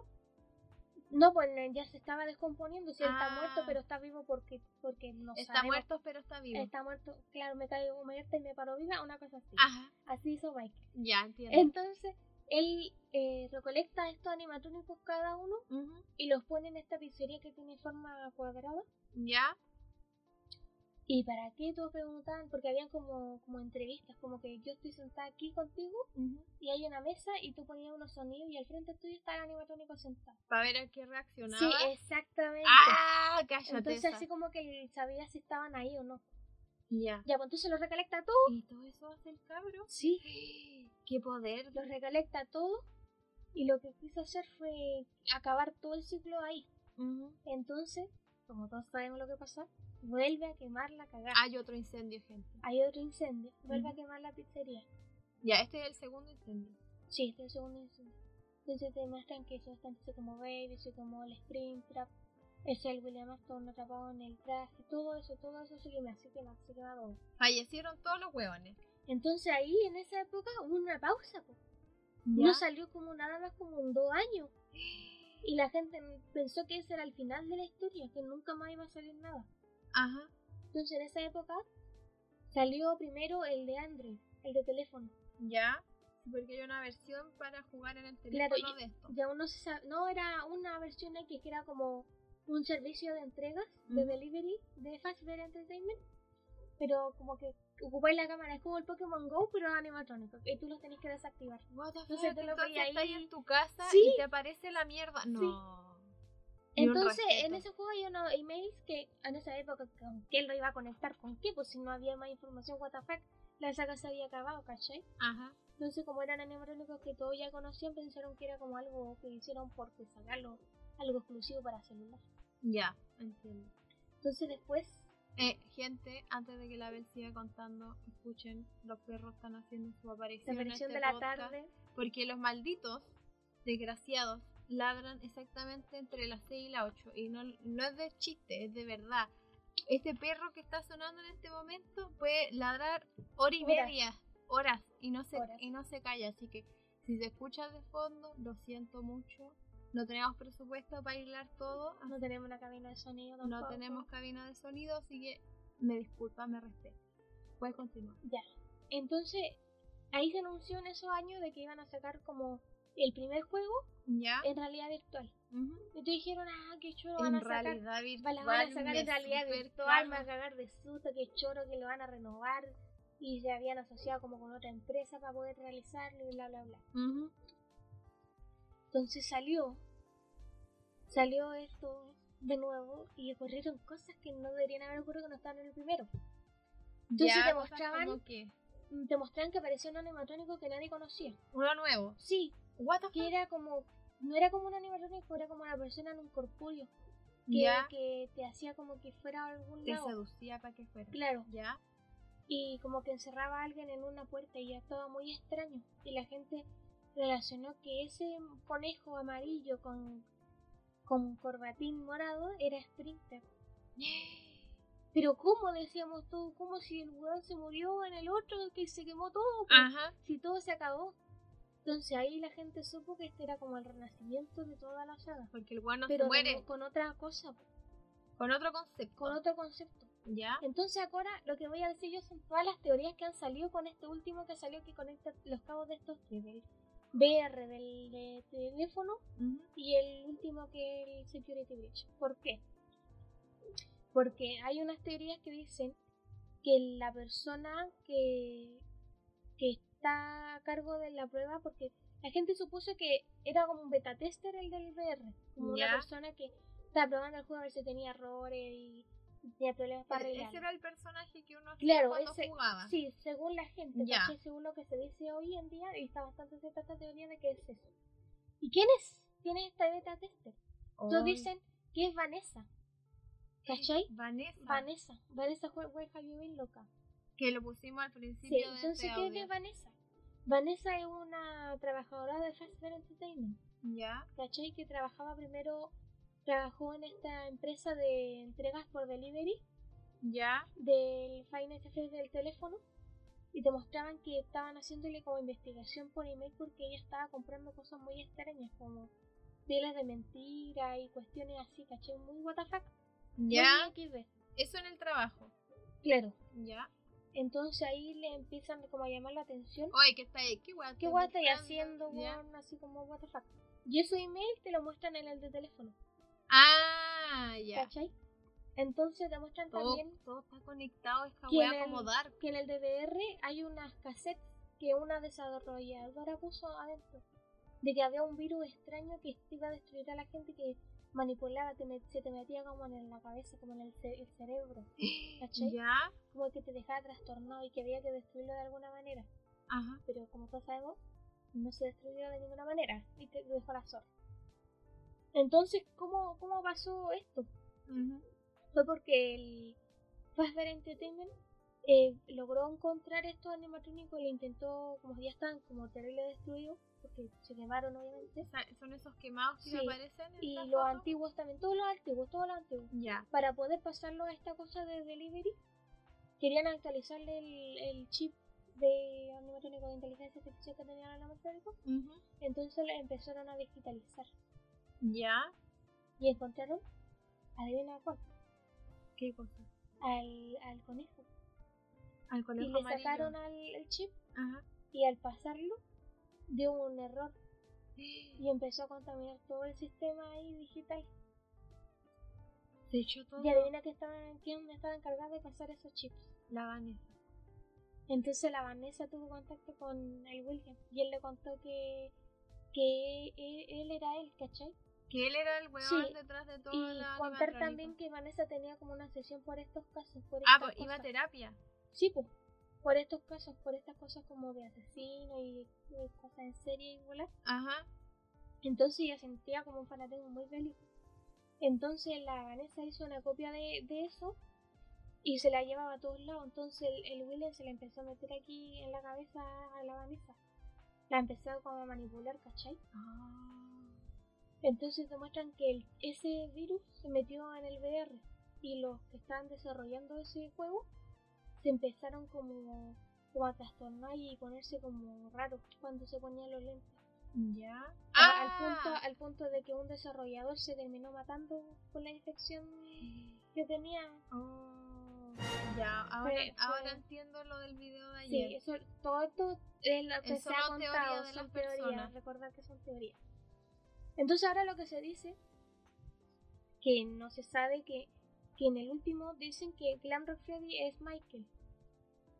S4: No, pues no, ya se estaba descomponiendo, si él está
S3: Ah.
S4: muerto, pero está vivo porque porque no
S3: está
S4: sabemos.
S3: muerto, pero está vivo.
S4: Está muerto,
S3: Ah.
S4: claro, me caigo muerta y me paro viva, una cosa así.
S3: Ajá.
S4: Así hizo Michael.
S3: Ya, entiendo.
S4: Entonces, él eh, recolecta estos animatrónicos cada uno
S3: Ujú.
S4: y los pone en esta pizzería que tiene forma cuadrada.
S3: Ya.
S4: ¿Y para qué? Todos preguntaban, porque habían como, como entrevistas, como que yo estoy sentada aquí contigo y hay una mesa y tú ponías unos sonidos y al frente tuyo está el animatrónico sentado.
S3: Para ver a qué reaccionaba.
S4: Sí, exactamente.
S3: Ah, cállate.
S4: entonces
S3: esa.
S4: así como que sabía si estaban ahí o no.
S3: Ya.
S4: Ya, pues entonces los recolecta todo.
S3: ¿Y todo eso hace el cabro?
S4: Sí.
S3: ¡Qué poder!
S4: Los recolecta todo y lo que quiso hacer fue acabar todo el ciclo ahí.
S3: Ujú.
S4: Entonces, como todos sabemos lo que pasa, vuelve a quemar la cagada.
S3: Hay otro incendio, gente.
S4: Hay otro incendio, vuelve a
S3: Ujú.
S4: quemar la pizzería.
S3: Ya, este es el segundo incendio.
S4: Sí, este es el segundo incendio. Entonces te muestran que son tantos como Baby, se como el Springtrap, es el William Aston atrapado en el traje, todo eso, todo eso se quema, se quema, se quema todo.
S3: Fallecieron todos los hueones.
S4: Entonces ahí en esa época hubo una pausa, po. no
S3: No sa-
S4: salió como nada más como en dos años. Y la gente pensó que ese era el final de la historia, que nunca más iba a salir nada.
S3: Ajá.
S4: Entonces en esa época salió primero el de Android, el de teléfono.
S3: Ya. Porque hay una versión para jugar en el teléfono
S4: Claro,
S3: de esto.
S4: Ya uno se sa- no era una versión X que era como un servicio de entregas, de
S3: Mm.
S4: delivery, de Fastware Entertainment, pero como que ocupáis la cámara, es como el Pokémon Go, pero animatrónico, y tú los tenés que desactivar.
S3: What the fuck,
S4: Entonces te lo
S3: entonces
S4: veía
S3: estás
S4: ahí.
S3: en tu casa
S4: Sí.
S3: y te aparece la mierda. No. Ni un
S4: Entonces, en
S3: respeto.
S4: ese juego hay unos emails que en esa época, ¿con qué lo iba a conectar? ¿Con qué? Pues si no había más información, what the fuck, la saga se había acabado, ¿cachai?
S3: Ajá.
S4: Entonces, como eran animatrónicos que todos ya conocían, pensaron que era como algo que hicieron porque sacarlo, algo exclusivo para celular.
S3: Ya. Entiendo.
S4: Entonces, después,
S3: Eh, gente, antes de que la Bel siga contando, escuchen, los perros están haciendo su
S4: la
S3: aparición. en
S4: versión
S3: este
S4: de la
S3: podcast,
S4: tarde,
S3: Porque los malditos, desgraciados, ladran exactamente entre las 6 y las 8. Y no, no es de chiste, es de verdad. Este perro que está sonando en este momento puede ladrar hora y
S4: Horas.
S3: media, horas, y no, se,
S4: Horas.
S3: y no se calla. Así que si se escucha de fondo, lo siento mucho. No tenemos presupuesto para aislar todo,
S4: no tenemos una cabina de sonido,
S3: no
S4: tampoco.
S3: tenemos cabina de sonido, así que me disculpa, me respeto. Puedes continuar.
S4: Entonces, ahí se anunció en esos años de que iban a sacar como el primer juego
S3: ¿Ya?
S4: en realidad virtual. Y te dijeron, ah, qué chulo, van a
S3: Ah. En
S4: sacar
S3: realidad
S4: Va-
S3: virtual.
S4: la van a sacar
S3: me
S4: en realidad
S3: super
S4: virtual, me va
S3: carga.
S4: a cagar de susto, que choro que lo van a renovar y se habían asociado como con otra empresa para poder realizarlo y bla bla bla.
S3: Ujú.
S4: Entonces salió, salió esto de nuevo y ocurrieron cosas que no deberían haber ocurrido que no estaban en el primero. Entonces
S3: Ya,
S4: te
S3: cosas
S4: mostraban-
S3: como que,
S4: Mm, Te mostraron que apareció un animatrónico que nadie conocía.
S3: uno nuevo.
S4: Sí,
S3: What the
S4: que
S3: fuck?
S4: era como, no era como un animatrónico, era como una persona en un corpóreo que,
S3: Ya.
S4: que te hacía como que fuera a algún
S3: Te
S4: lado.
S3: seducía para que fuera.
S4: Claro. [GASPS]
S3: Ya.
S4: y como que encerraba a alguien en una puerta y ya estaba muy extraño y la gente relacionó que ese conejo amarillo con, con corbatín morado era Sprinter. Pero cómo decíamos todo, cómo si el weón se murió en el otro, que se quemó todo, pues,
S3: Ajá.
S4: si todo se acabó. Entonces ahí la gente supo que este era como el renacimiento de toda la saga.
S3: Porque el bueno se
S4: Pero de
S3: Ah, muere Ah.
S4: nuevo con otra cosa,
S3: con otro concepto.
S4: con otro concepto.
S3: Ya.
S4: Entonces ahora lo que voy a decir yo son todas las teorías que han salido con este último que salió que conecta los cabos de estos tres, del VR, del de teléfono
S3: Ujú.
S4: y el último que es el Security Breach. ¿Por qué? Porque hay unas teorías que dicen que la persona que, que está a cargo de la prueba, porque la gente supuso que era como un beta tester el del VR, como
S3: Ya.
S4: una persona que estaba probando el juego a ver si tenía errores y, y tenía problemas para arreglar.
S3: Ese era el personaje que uno hacía
S4: Claro,
S3: cuando
S4: ese-
S3: jugaba.
S4: Sí, según la gente,
S3: Ya.
S4: ¿cachai? según lo que se dice hoy en día, y está bastante cierta esta teoría de que es eso. ¿Y quién es? ¿Quién es esta beta tester? Todos
S3: Ay.
S4: dicen que es Vanessa. ¿Cachai?
S3: Vanessa.
S4: Vanessa. Vanessa juega bien loca.
S3: Que lo pusimos al
S4: Sí,
S3: principio de
S4: entonces,
S3: este
S4: ¿quién
S3: audio.
S4: es Vanessa? Vanessa es una trabajadora de Fastware Entertainment.
S3: Ya.
S4: ¿Cachai? Que trabajaba primero, trabajó en esta empresa de entregas por delivery.
S3: Ya.
S4: del Final Fantasy del teléfono y te mostraban que estaban haciéndole como investigación por email porque ella estaba comprando cosas muy extrañas como velas de mentira y cuestiones así, ¿cachai? Muy WTF.
S3: Ya.
S4: Muy XD.
S3: Eso en el trabajo.
S4: Claro.
S3: Ya.
S4: Entonces ahí le empiezan como a llamar la atención.
S3: Oye, ¿qué está ahí? ¿Qué guay?
S4: ¿Qué guay estáis haciendo,
S3: Ya.
S4: weón? Así como, what the fuck. Y ese email te lo muestran en el de teléfono,
S3: Ah, ya.
S4: ¿cachai? Entonces te muestran
S3: Todo,
S4: también
S3: todo está conectado, esta
S4: ¿Quién
S3: wea
S4: es?
S3: como Dark.
S4: que en el DDR hay unas cassettes que una desarrolladora puso adentro. De que había un virus extraño que iba a destruir a la gente que manipulaba, te met- se te metía como en la cabeza, como en el, ce- el cerebro. ¿Cachai?
S3: Ya,
S4: Como que te dejaba trastornado y que había que destruirlo de alguna manera.
S3: ajá.
S4: Pero como todos sabemos, no se destruyó de ninguna manera y te dejó la zorra. Entonces, ¿cómo, cómo pasó esto?
S3: ujú.
S4: fue porque el Fazbear Entertainment eh, logró encontrar estos animatrónicos y lo intentó, como ya están como terrible destruidos, porque se quemaron obviamente,
S3: Esa- Son esos quemados que
S4: Sí,
S3: aparecen. En
S4: y
S3: la
S4: los
S3: foto.
S4: antiguos también, todos los antiguos, todos los antiguos,
S3: Ya.
S4: para poder pasarlo a esta cosa de delivery, querían actualizarle el, el chip de animatrónico de inteligencia artificial que tenían los animatrónicos,
S3: ujú.
S4: entonces lo empezaron a digitalizar
S3: Ya.
S4: y encontraron, adivina cuál,
S3: ¿Qué cosa?
S4: al, al conejo,
S3: Al conejo
S4: y le
S3: amarillo.
S4: sacaron al el chip
S3: Ajá.
S4: y al pasarlo dio un error y empezó a contaminar todo el sistema ahí digital.
S3: Se echó todo
S4: Y adivina que estaban, quién estaba encargada de pasar esos chips.
S3: la Vanessa.
S4: Entonces la Vanessa tuvo contacto con el William y él le contó que, que él, él era él, ¿cachai?
S3: Que él era el weón
S4: Sí,
S3: detrás de todo
S4: Y
S3: el
S4: contar
S3: animatrónico.
S4: también que Vanessa tenía como una sesión por estos casos. Por
S3: Ah,
S4: estas
S3: pues iba a
S4: cosas.
S3: terapia.
S4: Sí, pues. Por estos casos, por estas cosas como de asesino y, y cosas en serie y bolas.
S3: Ajá.
S4: Entonces ella sentía como un fanatismo muy feliz. Entonces la Vanessa hizo una copia de, de eso y se la llevaba a todos lados. Entonces el, el William se la empezó a meter aquí en la cabeza a la Vanessa. La empezó como a manipular, ¿cachai? Entonces demuestran que el- ese virus se metió en el VR y los que estaban desarrollando ese juego se empezaron como, como a trastornar y ponerse como raros cuando se ponían los lentes.
S3: Ya. Ah.
S4: A- Al, punto, al punto de que un desarrollador se terminó matando por la infección que tenía.
S3: Oh. Ya, ahora,
S4: Pero fue-
S3: ahora entiendo lo del video de ayer.
S4: Sí, eso, todo esto es lo que
S3: Es
S4: se ha
S3: solo teoría
S4: contado,
S3: de
S4: son
S3: las
S4: teorías,
S3: personas.
S4: recordar que son teorías. Entonces ahora lo que se dice, que no se sabe que, que en el último dicen que Glamrock Freddy es Michael.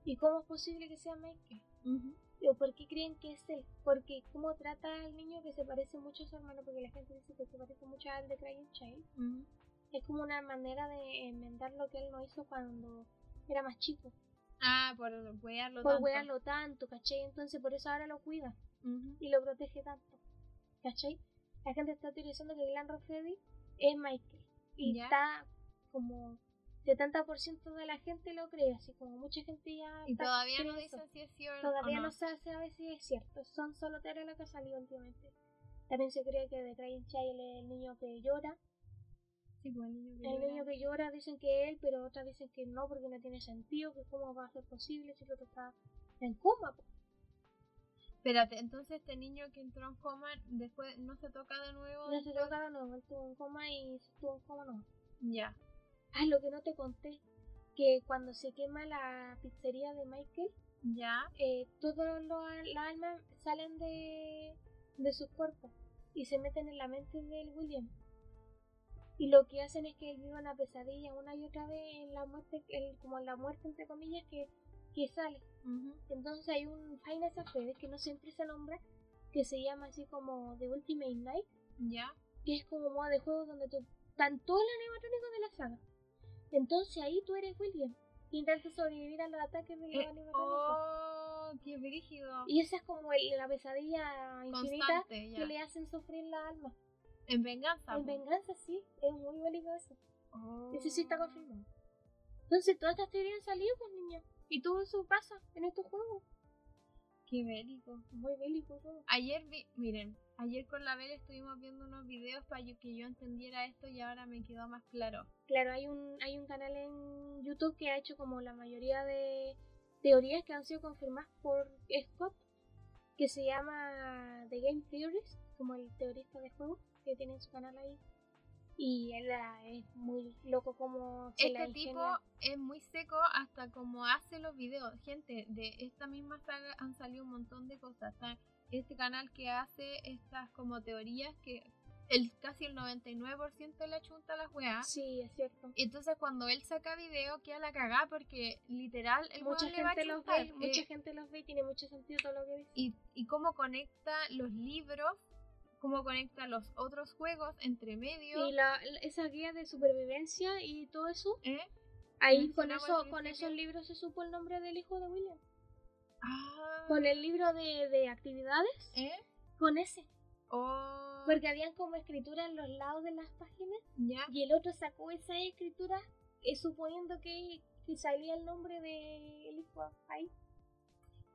S4: ¿Y cómo es posible que sea Michael?
S3: Ujú.
S4: ¿O por qué creen que es él? Porque cómo trata al niño que se parece mucho a su hermano, porque la gente dice que se parece mucho al de Crying Child.
S3: Ujú.
S4: Es como una manera de enmendar lo que él no hizo cuando era más chico.
S3: Ah, por wearlo
S4: Por
S3: tanto.
S4: wearlo pues tanto, ¿cachai? Entonces por eso ahora lo cuida
S3: Ujú.
S4: y lo protege tanto. ¿Cachai? La gente está utilizando que Glenn Freddy es Michael. Y
S3: Ya.
S4: está como 70% de la gente lo cree, así como mucha gente ya...
S3: Y
S4: está-
S3: todavía no
S4: cree eso.
S3: dicen si es cierto
S4: Todavía
S3: o
S4: no.
S3: no.
S4: se sabe si es cierto, son solo teorías lo que ha salido últimamente. También se cree que de Crying Child es el niño que llora.
S3: Sí, pues, el niño que
S4: El
S3: llora.
S4: niño que llora dicen que él, pero otras dicen que no, porque no tiene sentido, que cómo va a ser posible si el otro está en coma. po.
S3: Espérate, entonces este niño que entró en coma, después no se toca de nuevo.
S4: No se toca, no, él estuvo en coma y si estuvo en coma no.
S3: Ya.
S4: Ah, lo que no te conté, que cuando se quema la pizzería de Michael,
S3: Ya.
S4: eh, todas las almas salen de, de sus cuerpos y se meten en la mente del William. Y lo que hacen es que él vive una pesadilla una y otra vez en la muerte, el- como en la muerte entre comillas que, que sale.
S3: Ujú.
S4: Entonces hay un Final Fantasy que no siempre se nombra, que se llama así como The Ultimate Night,
S3: Ya.
S4: que es como modo de juego donde tú están todos los animatrónicos de la saga. Entonces ahí tú eres William. y Intentas sobrevivir a los ataques de los
S3: Eh,
S4: animatrónicos.
S3: oh, qué brígido.
S4: Y esa es como el- la pesadilla infinita
S3: Constante, ya.
S4: que le hacen sufrir la alma.
S3: En venganza.
S4: En
S3: pues.
S4: venganza, sí, es muy bélico eso.
S3: Oh.
S4: Eso sí está confirmado. Entonces, todas estas teorías han salido, pues, niña. Y todo eso pasa en estos juegos.
S3: Qué bélico.
S4: Muy bélico todo.
S3: Ayer vi, miren, ayer con la Bel estuvimos viendo unos videos para yo- que yo entendiera esto y ahora me quedó más claro.
S4: Claro, hay un, hay un canal en YouTube que ha hecho como la mayoría de teorías que han sido confirmadas por Scott, que se llama The Game Theorist, como el teorista de juegos que tiene en su canal ahí. Y era, es muy loco como se la
S3: Este tipo
S4: ingenia.
S3: es muy seco hasta como hace los videos. Gente, de esta misma saga han salido un montón de cosas. Está este canal que hace estas como teorías que el casi el 99% le achunta a las weas.
S4: Sí, es cierto.
S3: Entonces cuando él saca video queda la cagada porque literal el
S4: Mucha
S3: weón le va a
S4: gente los
S3: achuntar,
S4: ve,
S3: eh,
S4: mucha gente los ve y tiene mucho sentido todo lo que dice.
S3: y, y cómo conecta los libros, cómo conecta los otros juegos entre medio.
S4: Y la, la- esa guía de supervivencia y todo eso,
S3: ¿eh?
S4: ahí
S3: Mencionaba
S4: con
S3: al
S4: eso, con
S3: principio.
S4: esos libros se supo el nombre del hijo de William.
S3: Ah,
S4: Con el libro de, de actividades,
S3: ¿eh?
S4: con ese.
S3: Oh,
S4: Porque habían como escritura en los lados de las páginas
S3: ya.
S4: y el otro sacó esa escritura eh, suponiendo que, que salía el nombre de el hijo ahí.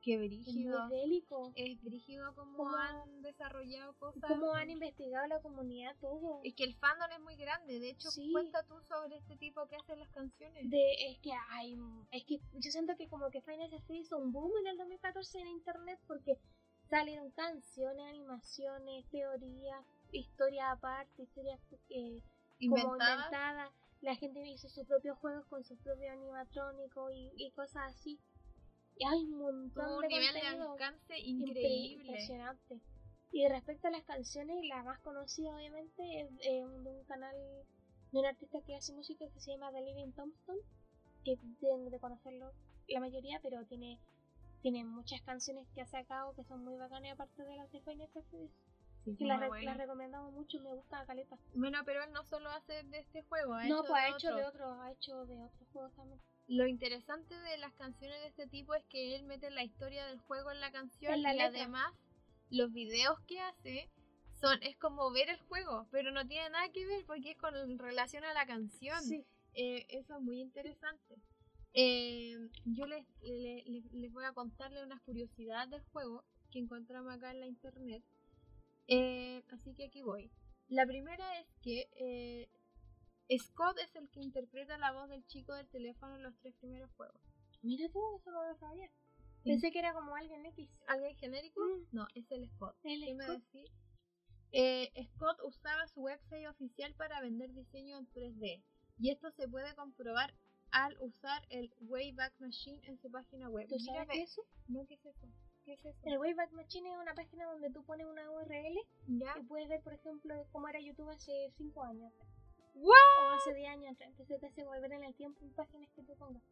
S3: Qué
S4: Es muy
S3: brígido.
S4: bélico.
S3: Es brígido como
S4: Cómo-
S3: han desarrollado cosas. Mm.
S4: ¿Cómo han investigado la comunidad todo?
S3: Es que el fandom es muy grande. De hecho,
S4: Sí.
S3: cuenta tú sobre este tipo que hace las canciones.
S4: De, es que hay, es que yo siento que como que Final Fantasy hizo un boom en el 2014 en internet porque salieron canciones, animaciones, teorías, historias aparte, historias eh, como
S3: Inventadas.
S4: inventadas. La gente hizo sus propios juegos con sus propios animatrónicos y, y cosas así. Y hay un montón
S3: Tuvo un
S4: de
S3: nivel de
S4: contenido
S3: alcance
S4: impre-
S3: increíble.
S4: impresionante. Y respecto a las canciones, la más conocida obviamente es eh, de un canal de un artista que hace música que se llama The Living Tombstone, que deben de conocerlo la mayoría, pero tiene, tiene muchas canciones que ha sacado que son muy bacanas aparte de las de Final Fantasy.
S3: Sí,
S4: Que
S3: muy
S4: las, re-
S3: bueno.
S4: las recomendamos mucho, me gusta la caleta.
S3: Bueno, pero él no solo hace de este juego, ha
S4: no,
S3: hecho
S4: pues ha
S3: de
S4: hecho
S3: otros.
S4: de otros, ha hecho de otros juegos también.
S3: Lo interesante de las canciones de este tipo es que él mete la historia del juego en la canción
S4: En la
S3: y
S4: letra.
S3: además los videos que hace son es como ver el juego, pero no tiene nada que ver porque es con relación a la canción. Eh, eso es muy interesante. Eh, yo les, le- le- les voy a contarle unas curiosidades del juego que encontramos acá en la internet. Eh, así que aquí voy. La primera es que eh, Scott es el que interpreta la voz del chico del teléfono en los tres primeros juegos.
S4: Mira tú, eso no lo sabía. Mm. Pensé que era como alguien X.
S3: ¿Alguien genérico? No, es el Scott.
S4: El
S3: ¿Qué me
S4: Scott.
S3: decís? Eh, Scott usaba su website oficial para vender diseño en 3D y esto se puede comprobar al usar el Wayback Machine en su página web.
S4: ¿Tú sabes
S3: Mírame-
S4: qué es eso?
S3: No, ¿qué es eso? ¿Qué es eso?
S4: El Wayback Machine es una página donde tú pones una URL
S3: ¿Ya?
S4: y puedes ver, por ejemplo, cómo era YouTube hace 5 años atrás.
S3: ¿What?
S4: O hace 10 años atrás. Entonces te hace volver en el tiempo en páginas que tú pongas.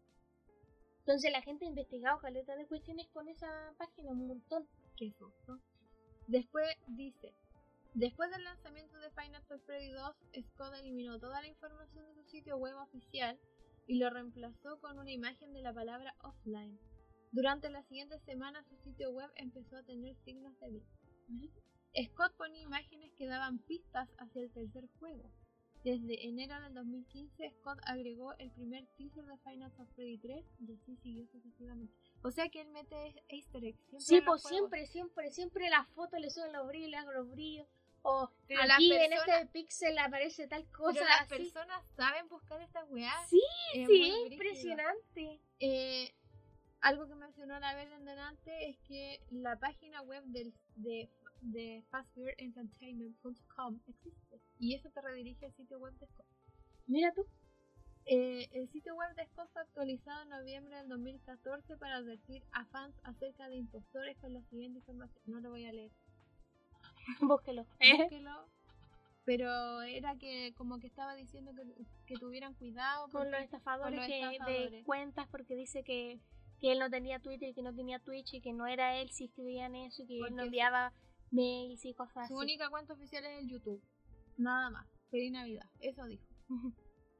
S4: Entonces la gente ha investigado caleta de cuestiones con esa página, un montón.
S3: Qué susto. Después dice, después del lanzamiento de Final Fantasy Freddy 2, Scott eliminó toda la información de su sitio web oficial y lo reemplazó con una imagen de la palabra offline. Durante las siguientes semanas su sitio web empezó a tener signos de vida. Scott ponía imágenes que daban pistas hacia el tercer juego. Desde enero del 2015, Scott agregó el primer teaser de Final Fantasy Freddy 3 y así siguió sucesivamente. O sea que él mete easter eggs. siempre
S4: Sí,
S3: en los
S4: pues
S3: juegos.
S4: siempre, siempre, siempre la foto le suben los brillos, le hago los brillos. O
S3: Pero las
S4: aquí en
S3: personas-
S4: este pixel aparece tal cosa.
S3: Pero las
S4: así.
S3: personas saben buscar estas weas.
S4: Sí,
S3: es
S4: sí,
S3: muy
S4: es
S3: brígido.
S4: impresionante.
S3: Eh, algo que mencionó la Belén delante es que la página web del, de, de fastbearentertainment.com existe. Y eso te redirige al sitio web de Scott.
S4: Mira tú. [LAUGHS]
S3: Eh, el sitio web de Scott fue actualizado en noviembre del 2014 para advertir a fans acerca de impostores con la siguiente información. No lo voy a leer. [LAUGHS]
S4: Búsquelo.
S3: búsquelo. Pero era que como que estaba diciendo que, que tuvieran cuidado.
S4: [LAUGHS] con los
S3: porque-
S4: estafadores,
S3: los
S4: que- de
S3: estafadores.
S4: cuentas porque dice que, que él no tenía Twitter y que no tenía Twitch y que no era él si escribían eso y que él
S3: Porque
S4: no
S3: su-
S4: enviaba mails y cosas
S3: Su
S4: [LAUGHS] así.
S3: única cuenta oficial es el YouTube. Nada más. Feliz Navidad. Eso dijo.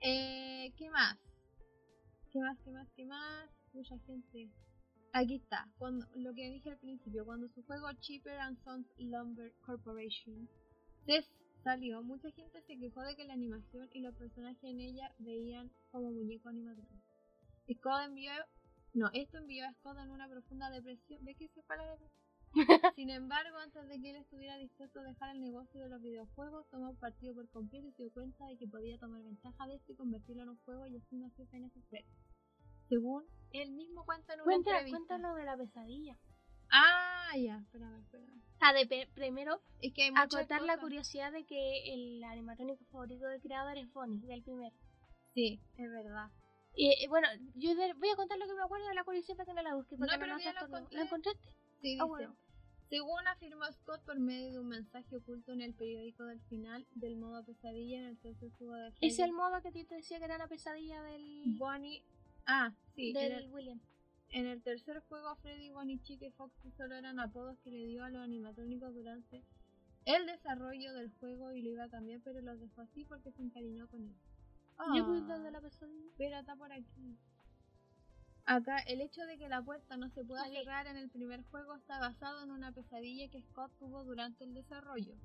S3: Eh, ¿Qué más? ¿Qué más? ¿Qué más? ¿Qué más? Mucha gente. Aquí está. Cuando, lo que dije al principio. Cuando su juego Cheaper and Sons Lumber Corporation se salió, mucha gente se quejó de que la animación y los personajes en ella veían como muñecos animatrón. Scott envió. No, esto envió a Scott en una profunda depresión. ¿Ves que se fue a
S4: [LAUGHS]
S3: la depresión? Sin embargo, antes de que él estuviera dispuesto a dejar el negocio de los videojuegos, tomó partido por completo y se dio cuenta de que podía tomar ventaja de esto y convertirlo en un juego y así nació Final Fantasy III. Según él mismo cuenta en una
S4: Cuenta,
S3: entrevista.
S4: cuéntanos de la pesadilla.
S3: Ah, Ah, ya, espérame, espérame.
S4: Ah, de pe- primero,
S3: Es que hay muchas
S4: acotar la
S3: cosas.
S4: curiosidad de que el animatrónico favorito del creador es Bonnie, del primero.
S3: Sí, es verdad.
S4: Y eh, bueno, yo de- voy a contar lo que me acuerdo de la curiosidad para que no la busques.
S3: No,
S4: Porque no,
S3: pero
S4: nos
S3: ya lo
S4: retornó.
S3: encontré.
S4: ¿Lo encontraste?
S3: Sí, dice,
S4: Ah, bueno.
S3: Según afirmó Scott por medio de un mensaje oculto en el periódico del final del modo pesadilla en el tercer juego de
S4: Es el
S3: Freddy,
S4: modo que a ti te decía que era una pesadilla del,
S3: Bonnie. Ah, sí, en
S4: del
S3: el,
S4: William.
S3: en el tercer juego Freddy, Bonnie, Chica y Foxy solo eran apodos que le dio a los animatrónicos durante el desarrollo del juego y lo iba a cambiar, pero los dejó así porque se encariñó con él.
S4: Yo
S3: Ah.
S4: fui el de la pesadilla.
S3: Pero está por aquí. Acá, el hecho de que la puerta no se pueda
S4: Vale.
S3: cerrar en el primer juego está basado en una pesadilla que Scott tuvo durante el desarrollo.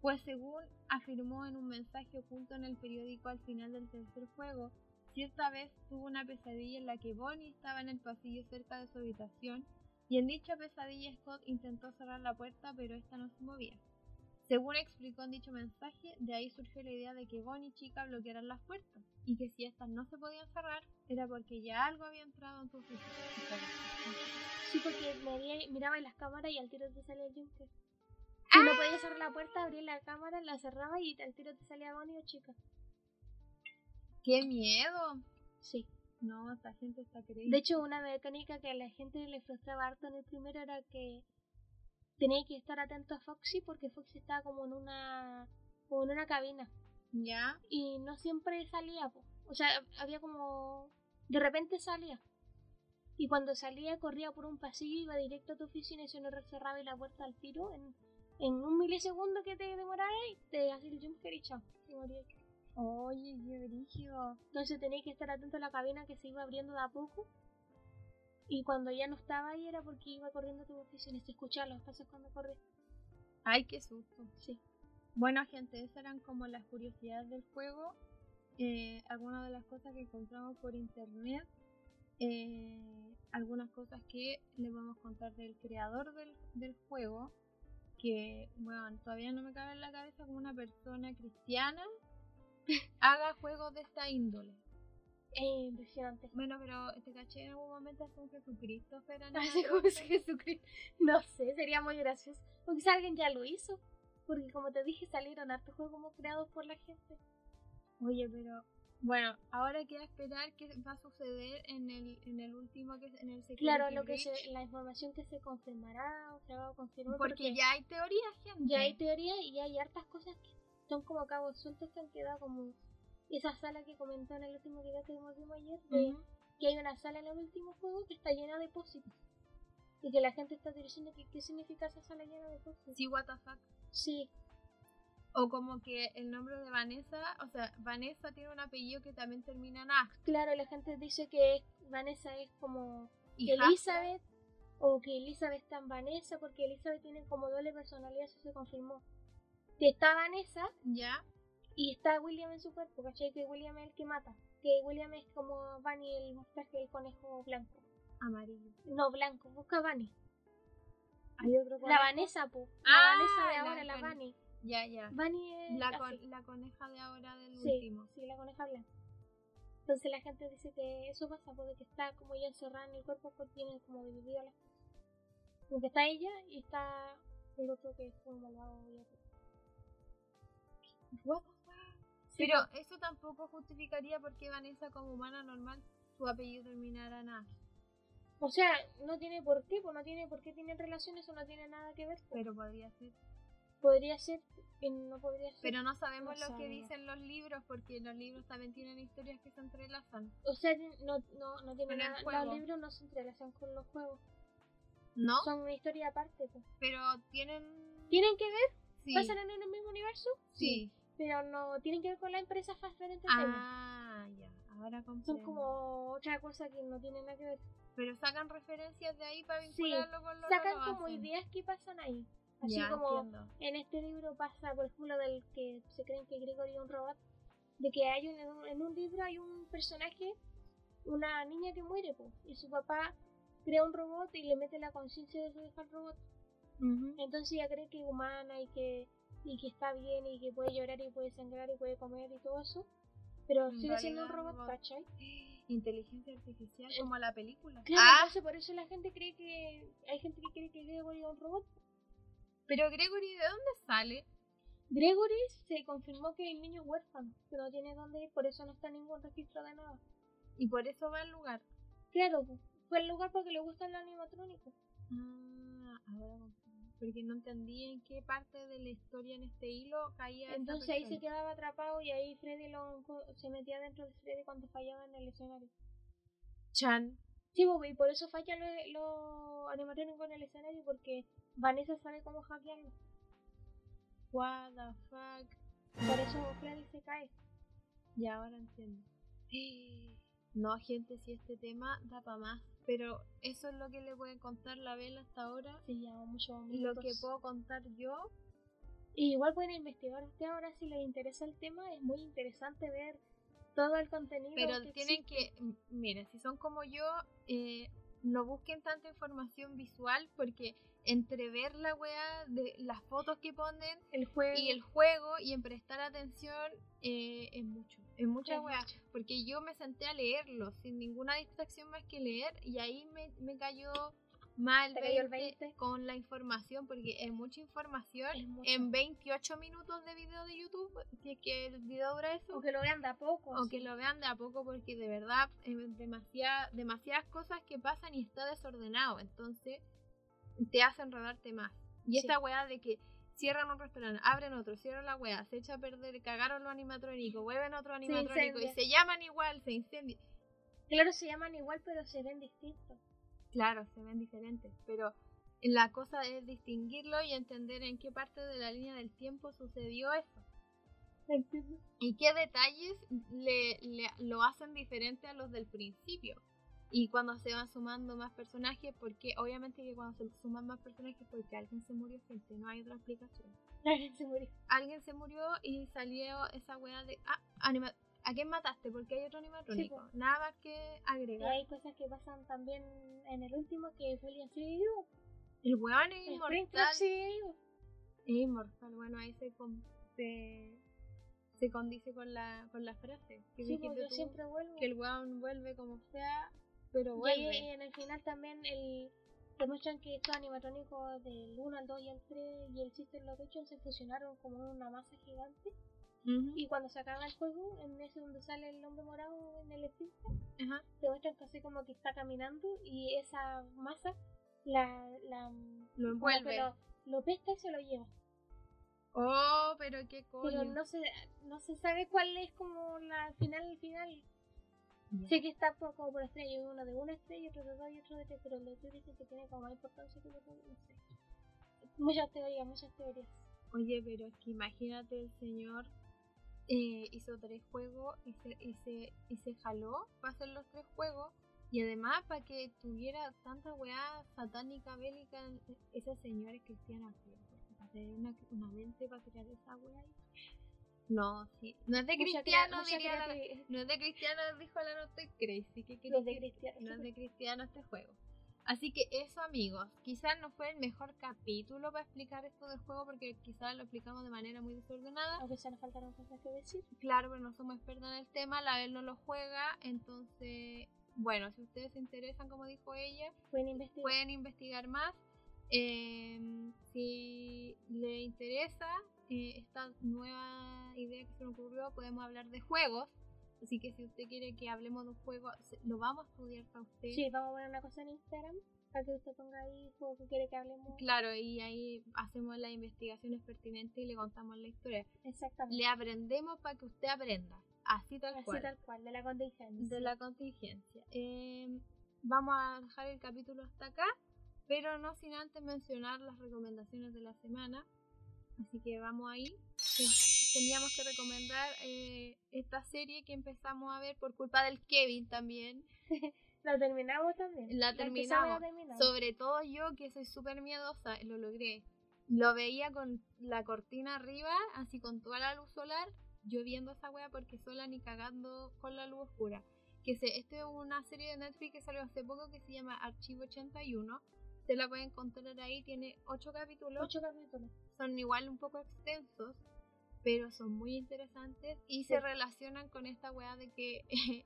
S3: Pues según afirmó en un mensaje oculto en el periódico al final del tercer juego, cierta vez tuvo una pesadilla en la que Bonnie estaba en el pasillo cerca de su habitación y en dicha pesadilla Scott intentó cerrar la puerta pero esta no se movía. Según explicó en dicho mensaje, de ahí surgió la idea de que Bonnie y Chica bloquearan las puertas y que si estas no se podían cerrar era porque ya algo había entrado en su
S4: Ah.
S3: oficina.
S4: Sí, porque miraba miraba las cámaras y al tiro te salía el Junker. Si no podías cerrar la puerta, abrías la cámara, la cerrabas y al tiro te salía Bonnie o chica.
S3: ¡Qué miedo!
S4: Sí.
S3: No, esta gente está
S4: De
S3: creída.
S4: hecho, una mecánica que a la gente le frustraba harto en el primero era que tenía que estar atento a Foxy porque Foxy estaba como en una, como en una cabina.
S3: Ya,
S4: y no siempre salía, po. o sea, había como... De repente salía. Y cuando salía corría por un pasillo, iba directo a tu oficina y se no cerraba la puerta al tiro. En, en un milisegundo que te demorara, y te hacía el jumper y chao, te morías.
S3: oye, qué brígido.
S4: Entonces tenías que estar atento a la cabina que se iba abriendo de a poco. Y cuando ya no estaba ahí era porque iba corriendo a tu oficina y se escuchaba los pasos cuando corría.
S3: Ay, qué susto.
S4: Sí.
S3: Bueno, gente, esas eran como las curiosidades del juego. eh, algunas de las cosas que encontramos por internet. eh, algunas cosas que les vamos a contar del creador del, del juego. Que, bueno, todavía no me cabe en la cabeza como una persona cristiana [LAUGHS] haga juegos de esta índole.
S4: Eh, impresionante.
S3: Bueno, pero te caché en algún momento hace un Jesucristo, pero
S4: [LAUGHS]
S3: no.
S4: Así como es Jesucristo. No sé, sería muy gracioso. O quizá alguien ya lo hizo. Porque como te dije, salieron hartos juegos como creados por la gente.
S3: Oye, pero bueno, ahora queda esperar qué va a suceder en el, en el último que es en el Security
S4: Claro, lo que
S3: Breach,
S4: se- la información que se confirmará o se va a confirmar.
S3: porque Mm. ya hay teoría, gente.
S4: ya hay teoría y ya hay hartas cosas que son como cabos sueltos que han quedado como esa sala que comentó en el último video que vimos ayer. De
S3: Ujú.
S4: que hay una sala en el último juego que está llena de posibles. Y que la gente está diciendo que qué significa esa sala llena de posibles.
S3: Sí, what the fuck.
S4: sí,
S3: O como que el nombre de Vanessa, o sea, Vanessa tiene un apellido que también termina en A.
S4: Claro, la gente dice que es- Vanessa es como
S3: Y
S4: Elizabeth o que Elizabeth está en Vanessa porque Elizabeth tiene como doble personalidad, eso se confirmó. Que está Vanessa
S3: Ya,
S4: y está William en su cuerpo, ¿cachai? Que William es el que mata. Que William es como Bunny, el monstruo el conejo blanco.
S3: amarillo.
S4: No, blanco, busca a Bunny.
S3: Hay otro
S4: La
S3: conejo.
S4: Vanessa, po. La
S3: Ah,
S4: Vanessa de
S3: la
S4: ahora, la
S3: con-
S4: Bunny.
S3: Ya, ya.
S4: Bunny es
S3: La,
S4: así.
S3: con- la coneja de ahora del
S4: Sí,
S3: último.
S4: sí, la coneja blanca. Entonces la gente dice que eso pasa porque está como ya encerrada en el cuerpo porque tiene como dividida las cosas. Como que está ella y está el otro que es como malvado y otro.
S3: What the fuck. Pero eso tampoco justificaría por qué Vanessa como humana normal su apellido terminara en A.
S4: O sea, no tiene por qué, pues no tiene por qué tienen relaciones o no tiene nada que ver. pues.
S3: Pero podría ser.
S4: Podría ser, eh, no podría ser.
S3: Pero no sabemos
S4: No
S3: lo que
S4: sabemos.
S3: dicen los libros, porque los libros también tienen historias que se entrelazan.
S4: O sea, no, no, no tiene
S3: En el
S4: nada.
S3: juego.
S4: Los libros no se entrelazan con los juegos.
S3: ¿No?
S4: Son una historia aparte. pues.
S3: Pero tienen...
S4: ¿Tienen que ver?
S3: Sí.
S4: ¿Pasan en el mismo universo?
S3: Sí.
S4: Pero no tienen que ver con la empresa Fast Entertainment.
S3: Ah, ya. Ahora
S4: Son
S3: comprendo.
S4: como otra cosa que no tiene nada que ver.
S3: Pero sacan referencias de ahí para
S4: Sí,
S3: vincularlo con lo
S4: Sacan
S3: que lo
S4: como
S3: hacen.
S4: ideas que pasan ahí. Así
S3: Ya,
S4: como
S3: entiendo.
S4: en este libro pasa, por ejemplo, del que se creen que Gregory es un robot, de que hay un, en un- en un libro hay un personaje, una niña que muere, po, y su papá crea un robot y le mete la conciencia de su hija al robot.
S3: Ujú.
S4: Entonces ella cree que es humana y que, y que está bien y que puede llorar y puede sangrar y puede comer y todo eso. Pero
S3: En
S4: sigue siendo un
S3: realidad,
S4: robot,
S3: robot.
S4: ¿cachai?
S3: inteligencia artificial
S4: Eh,
S3: como la película.
S4: Claro,
S3: ah,
S4: entonces por eso la gente cree que. Hay gente que cree que Gregory es un robot.
S3: pero Gregory, ¿de dónde sale?
S4: Gregory se confirmó que es el niño huérfano, que no tiene dónde ir, por eso no está en ningún registro de nada.
S3: Y por eso va al lugar.
S4: Claro, po, fue el lugar porque le gustan los animatrónicos.
S3: Ah, ahora comprendo. Porque no entendí en qué parte de la historia en este hilo caía. esa
S4: Entonces ahí se
S3: persona.
S4: quedaba atrapado y ahí Freddy lo, enco- se metía dentro de Freddy cuando fallaba en el escenario.
S3: Chan.
S4: Sí, po, y por eso fallan los los animatrónicos en el escenario, porque Vanessa sabe cómo hackearlo.
S3: What the fuck.
S4: Por eso Freddy se cae.
S3: Y ahora entiendo. No, gente, si este tema da para más. Pero eso es lo que le pueden contar la vela hasta ahora.
S4: Sí, ya mucho
S3: Y lo que puedo contar yo.
S4: Y igual pueden investigar usted ahora si les interesa el tema. Es muy interesante ver todo el contenido.
S3: Pero
S4: que
S3: tienen
S4: existe.
S3: que. m- Miren, si son como yo, eh, no busquen tanta información visual porque entre ver la weá de las fotos que ponen
S4: el juego.
S3: y el juego y en prestar atención eh, es mucho, es mucha
S4: Es
S3: weá. Porque yo me senté a leerlo sin ninguna distracción más que leer y ahí me, me cayó mal
S4: Te cayó el 20.
S3: con la información porque es mucha información
S4: Es mucho.
S3: en 28 minutos de video de YouTube, si es que el video dura eso.
S4: o que lo vean de a poco.
S3: O
S4: así.
S3: que lo vean de a poco porque de verdad es demasiada- demasiadas cosas que pasan y está desordenado. Entonces te hace enredarte más. Y
S4: Sí.
S3: esta weá de que cierran un restaurante, abren otro, cierran la weá, se echa a perder, cagaron los animatrónicos, vuelven otro animatrónico y
S4: incendia.
S3: se llaman igual, se incendia.
S4: Claro, se llaman igual, pero se
S3: [LAUGHS]
S4: ven distintos.
S3: Claro, se ven diferentes, pero la cosa es distinguirlo y entender en qué parte de la línea del tiempo sucedió eso. y qué detalles le, le- lo hacen diferente a los del principio. Y cuando se van sumando más personajes, porque obviamente que cuando se suman más personajes, porque alguien se murió, gente, no hay otra explicación.
S4: se murió.
S3: Alguien se murió y salió esa weá de, ah, anima- ¿a quién mataste? Porque hay otro animatrónico.
S4: Sí,
S3: Nada más que
S4: Y
S3: agregar.
S4: hay cosas que pasan también en el último que William sigue vivo.
S3: El weón es
S4: Springtrap
S3: inmortal.
S4: sigue vivo.
S3: Es inmortal, bueno, ahí se, con- se, se condice con la, con la frase. Que
S4: Sí,
S3: dijiste
S4: pues, yo
S3: tú,
S4: siempre vuelvo.
S3: que el weón vuelve como sea, pero
S4: Y ahí
S3: vuelve.
S4: en el final también el, te muestran que estos animatrónicos del 1 al 2 y al 3 y el System Location se fusionaron como en una masa gigante.
S3: Ujú.
S4: Y cuando se acaba el juego, en ese donde sale el hombre morado en el Steam,
S3: Ajá.
S4: te muestran casi como que está caminando y esa masa la, la
S3: Lo
S4: como que
S3: envuelve.
S4: Lo, lo pesca y se lo lleva.
S3: Oh, pero qué coño.
S4: Pero no se, no se sabe cuál es como la final, el final.
S3: Ya.
S4: Sé que está por- como por estrella, uno de una estrella, otro de dos y otro de tres, pero el de tres dicen que tiene como más importancia que el otro, no sé. Muchas teorías, muchas teorías.
S3: Oye, pero es que imagínate el señor eh, hizo tres juegos y se, y, se, y se jaló para hacer los tres juegos. Y además para que tuviera tanta weá satánica bélica, esa señora es cristiana. tío, porque Para tener una, una mente para crear esa weá. No, sí. No es de
S4: Mucha
S3: cristiano,
S4: crea- mucha
S3: diría la-
S4: creatividad.
S3: No es de cristiano, dijo la no estoy crazy. ¿Qué querés
S4: Los de
S3: que-
S4: cristiano.
S3: no es de cristiano este juego. Así que eso amigos, quizás no fue el mejor capítulo para explicar esto del juego porque quizás lo explicamos de manera muy desordenada.
S4: Aunque se nos faltaron cosas que decir.
S3: Claro, pero no somos expertos en el tema, la Bel no lo juega, entonces, bueno, si ustedes se interesan, como dijo ella,
S4: Pueden investigar.
S3: pueden investigar más. Eh, si le interesa eh, esta nueva idea que se me ocurrió, podemos hablar de juegos. Así que si usted quiere que hablemos de un juego, se- lo vamos a estudiar para usted.
S4: Sí, vamos a poner una cosa en Instagram para que usted ponga ahí juego que quiere que hablemos.
S3: Claro, y ahí hacemos las investigaciones pertinentes y le contamos la historia.
S4: Exactamente.
S3: Le aprendemos para que usted aprenda, así tal
S4: Así
S3: cual,
S4: tal cual, de la contingencia.
S3: de la contingencia. Eh, vamos a dejar el capítulo hasta acá, pero no sin antes mencionar las recomendaciones de la semana. Así que vamos ahí. Ten- Teníamos que recomendar eh, esta serie que empezamos a ver por culpa del Kevin también.
S4: La terminamos también.
S3: La
S4: empezamos y
S3: terminamos.
S4: La terminamos.
S3: Sobre todo yo, que soy súper miedosa, lo logré. Lo veía con la cortina arriba, así con toda la luz solar, yo viendo esa wea porque sola ni cagando con la luz oscura. Que se, esta es una serie de Netflix que salió hace poco que se llama Archivo 81. Te la pueden encontrar ahí, tiene 8 capítulos
S4: Ocho capítulos.
S3: son igual un poco extensos, pero son muy interesantes y se relacionan con esta weá de que [LAUGHS]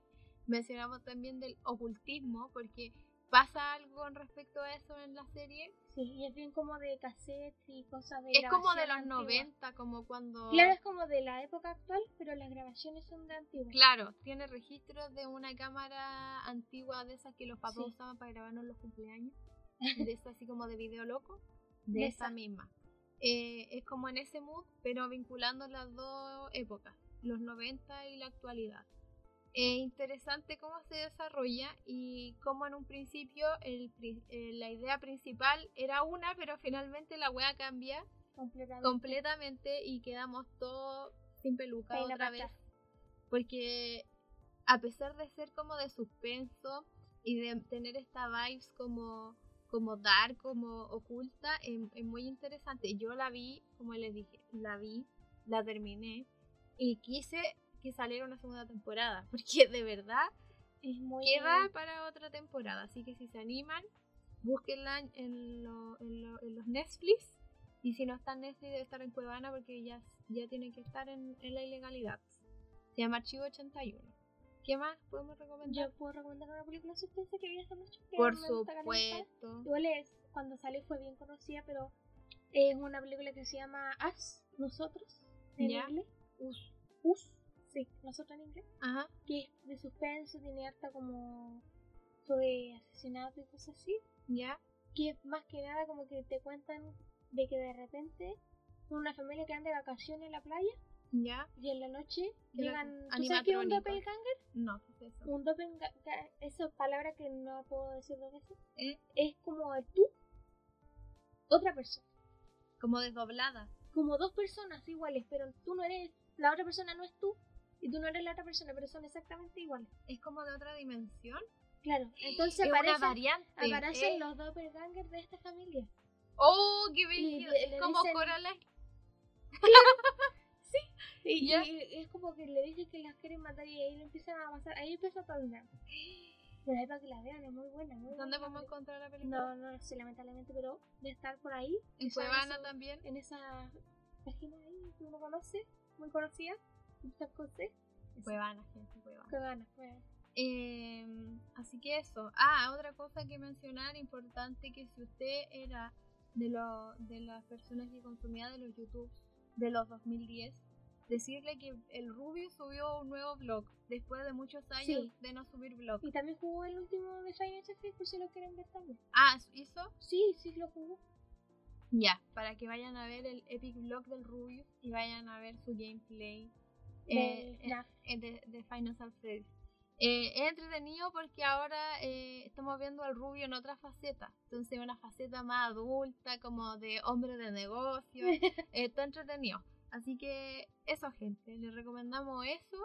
S3: mencionamos también del ocultismo, porque pasa algo con respecto a eso en la serie.
S4: Sí, y es bien como de cassettes y cosas de
S3: es como de los
S4: grabación antigua.
S3: 90, como cuando...
S4: Claro, es como de la época actual, pero las grabaciones son de antiguas.
S3: Claro, tiene registros de una cámara antigua de esas que los papás
S4: Sí.
S3: usaban para grabarnos los [LAUGHS] cumpleaños, de esa así como de video loco, de, esa.
S4: esas.
S3: misma. Eh, es como en ese mood, pero vinculando las dos épocas, los 90 y la actualidad. Es interesante cómo se desarrolla y cómo en un principio el pri- eh, la idea principal era una, pero finalmente la wea cambia
S4: completamente.
S3: completamente y quedamos todos sin peluca
S4: Peina
S3: otra
S4: para
S3: vez.
S4: atrás.
S3: Porque a pesar de ser como de suspenso y de tener esta vibes como, como dark, como oculta, es, es muy interesante. Yo la vi, como les dije, la vi, la terminé y quise que saliera una segunda temporada. [LAUGHS] Porque de verdad
S4: Es muy
S3: queda para otra temporada. Así que si se animan, búsquenla en, en lo- en lo- en los Netflix. Y si no está en Netflix, debe estar en Cuevana porque ya, ya tiene que estar en, en la ilegalidad. Se llama Archivo 81. ¿Qué más podemos recomendar?
S4: Yo puedo recomendar una película de suspense que vi esta noche. que
S3: Por
S4: me gusta caleta.
S3: supuesto.
S4: Igual es, cuando salió fue bien conocida, pero es una película que se llama Us, Nosotros, en
S3: Ya.
S4: inglés. Us. Us, sí, Nosotros en inglés.
S3: Ajá.
S4: Que es de suspenso, tiene harta como sobre asesinato y cosas así.
S3: Ya.
S4: que es más que nada como que te cuentan de que de repente una familia que anda de vacaciones en la playa
S3: Ya.
S4: y en la noche
S3: Llega
S4: llegan
S3: con
S4: ¿tú sabes qué es un
S3: animatrónicos.
S4: doppelganger?
S3: No, ¿qué es eso?
S4: Un doppelganger, esa es palabra que no puedo decir dos veces,
S3: ¿Eh?
S4: es como el tú, otra persona,
S3: Como desdoblada.
S4: como dos personas iguales, pero tú no eres, la otra persona no es tú y tú no eres la otra persona, pero son exactamente iguales.
S3: Es como de otra dimensión.
S4: Claro, entonces
S3: es una
S4: aparecen,
S3: variante.
S4: aparecen
S3: ¿eh?
S4: los doppelgangers de esta familia.
S3: Oh, qué
S4: Y
S3: bello.
S4: le-
S3: Es
S4: le
S3: como
S4: dicen-
S3: Coraline. [LAUGHS]
S4: Y,
S3: Ya.
S4: y es como que le dicen que las quieren matar y ahí le empiezan a pasar, ahí empieza todo una. Pero ahí para que la vean, es muy buena, muy
S3: ¿Dónde
S4: buena
S3: podemos
S4: película.
S3: encontrar la película?
S4: No, no sé, lamentablemente, pero de estar por ahí,
S3: En
S4: Eso,
S3: Cuevana
S4: eso.
S3: también.
S4: en esa página ahí que uno conoce, muy conocida, muchas cosas,
S3: Cuevana, gente, Cuevana.
S4: que van pues,
S3: Eh, así que eso. Ah, otra cosa que mencionar importante que si usted era de, lo- de las personas que consumía de los YouTube de los 2010, decirle que el Rubio subió un nuevo blog después de muchos años
S4: Sí.
S3: de no subir blog.
S4: Y también jugó el último de Final Fantasy, por si lo quieren ver también.
S3: Ah, ¿hizo?
S4: Sí, sí lo jugó.
S3: Ya, para que vayan a ver el epic blog del Rubius y vayan a ver su gameplay eh,
S4: Del
S3: eh,
S4: Snap.
S3: eh, de, de Final Fantasy. Eh, es entretenido porque ahora eh, estamos viendo al Rubio en otra faceta, entonces una faceta más adulta, como de hombre de
S4: [LAUGHS]
S3: negocio, eh, está entretenido. Así que eso, gente, les recomendamos eso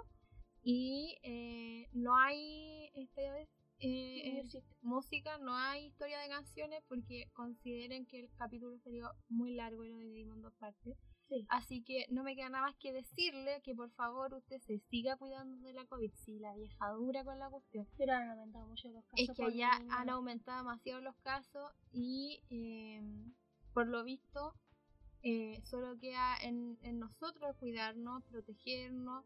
S3: y eh, no hay esta vez
S4: [LAUGHS]
S3: eh, es-
S4: Music.
S3: música, no hay historia de canciones porque consideren que el capítulo salió muy largo y lo dividimos en dos partes.
S4: Sí.
S3: Así que no me queda nada más que decirle que por favor usted se siga cuidando de la COVID. Sí, la vieja dura con la cuestión.
S4: Pero han aumentado mucho los casos.
S3: Es que
S4: por
S3: allá ah,
S4: el-
S3: han aumentado demasiado los casos y eh, por lo visto eh, solo queda en, en nosotros cuidarnos, protegernos,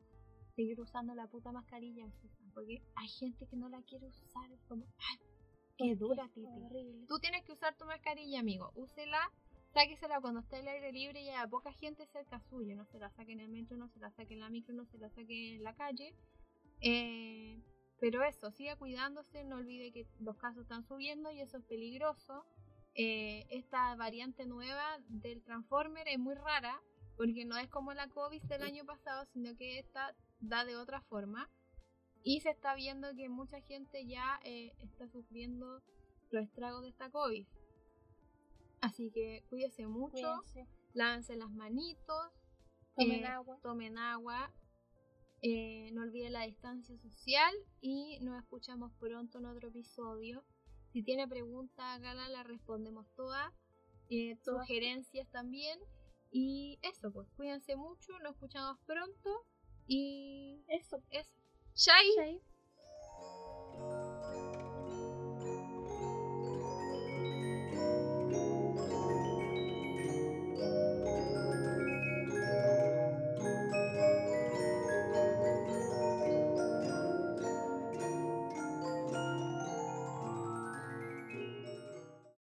S3: seguir usando la puta mascarilla, Susan, porque hay gente que no la quiere usar, es como, ay, qué dura, Titi.
S4: Horrible.
S3: Tú tienes que usar tu mascarilla, amigo. Úsela, sáquesela cuando esté al aire libre y a poca gente cerca suyo. No se la saque en el metro, no se la saque en la micro, no se la saque en la calle. Eh, pero eso, siga cuidándose, no olvide que los casos están subiendo y eso es peligroso. Eh, esta variante nueva del Transformer es muy rara porque no es como la COVID del año pasado, sino que esta da de otra forma. Y se está viendo que mucha gente ya eh, está sufriendo los estragos de esta COVID. Así que cuídese mucho,
S4: Cuídense.
S3: lávense las manitos,
S4: Tomen
S3: eh,
S4: agua.
S3: tomen agua, eh, no olviden la distancia social y nos escuchamos pronto en otro episodio. Si tiene preguntas, hágala, la respondemos todas, eh,
S4: Todas.
S3: sugerencias también. Y eso, pues cuídense mucho, nos escuchamos pronto y
S4: Eso.
S3: eso. ¡Chai!
S4: Sí.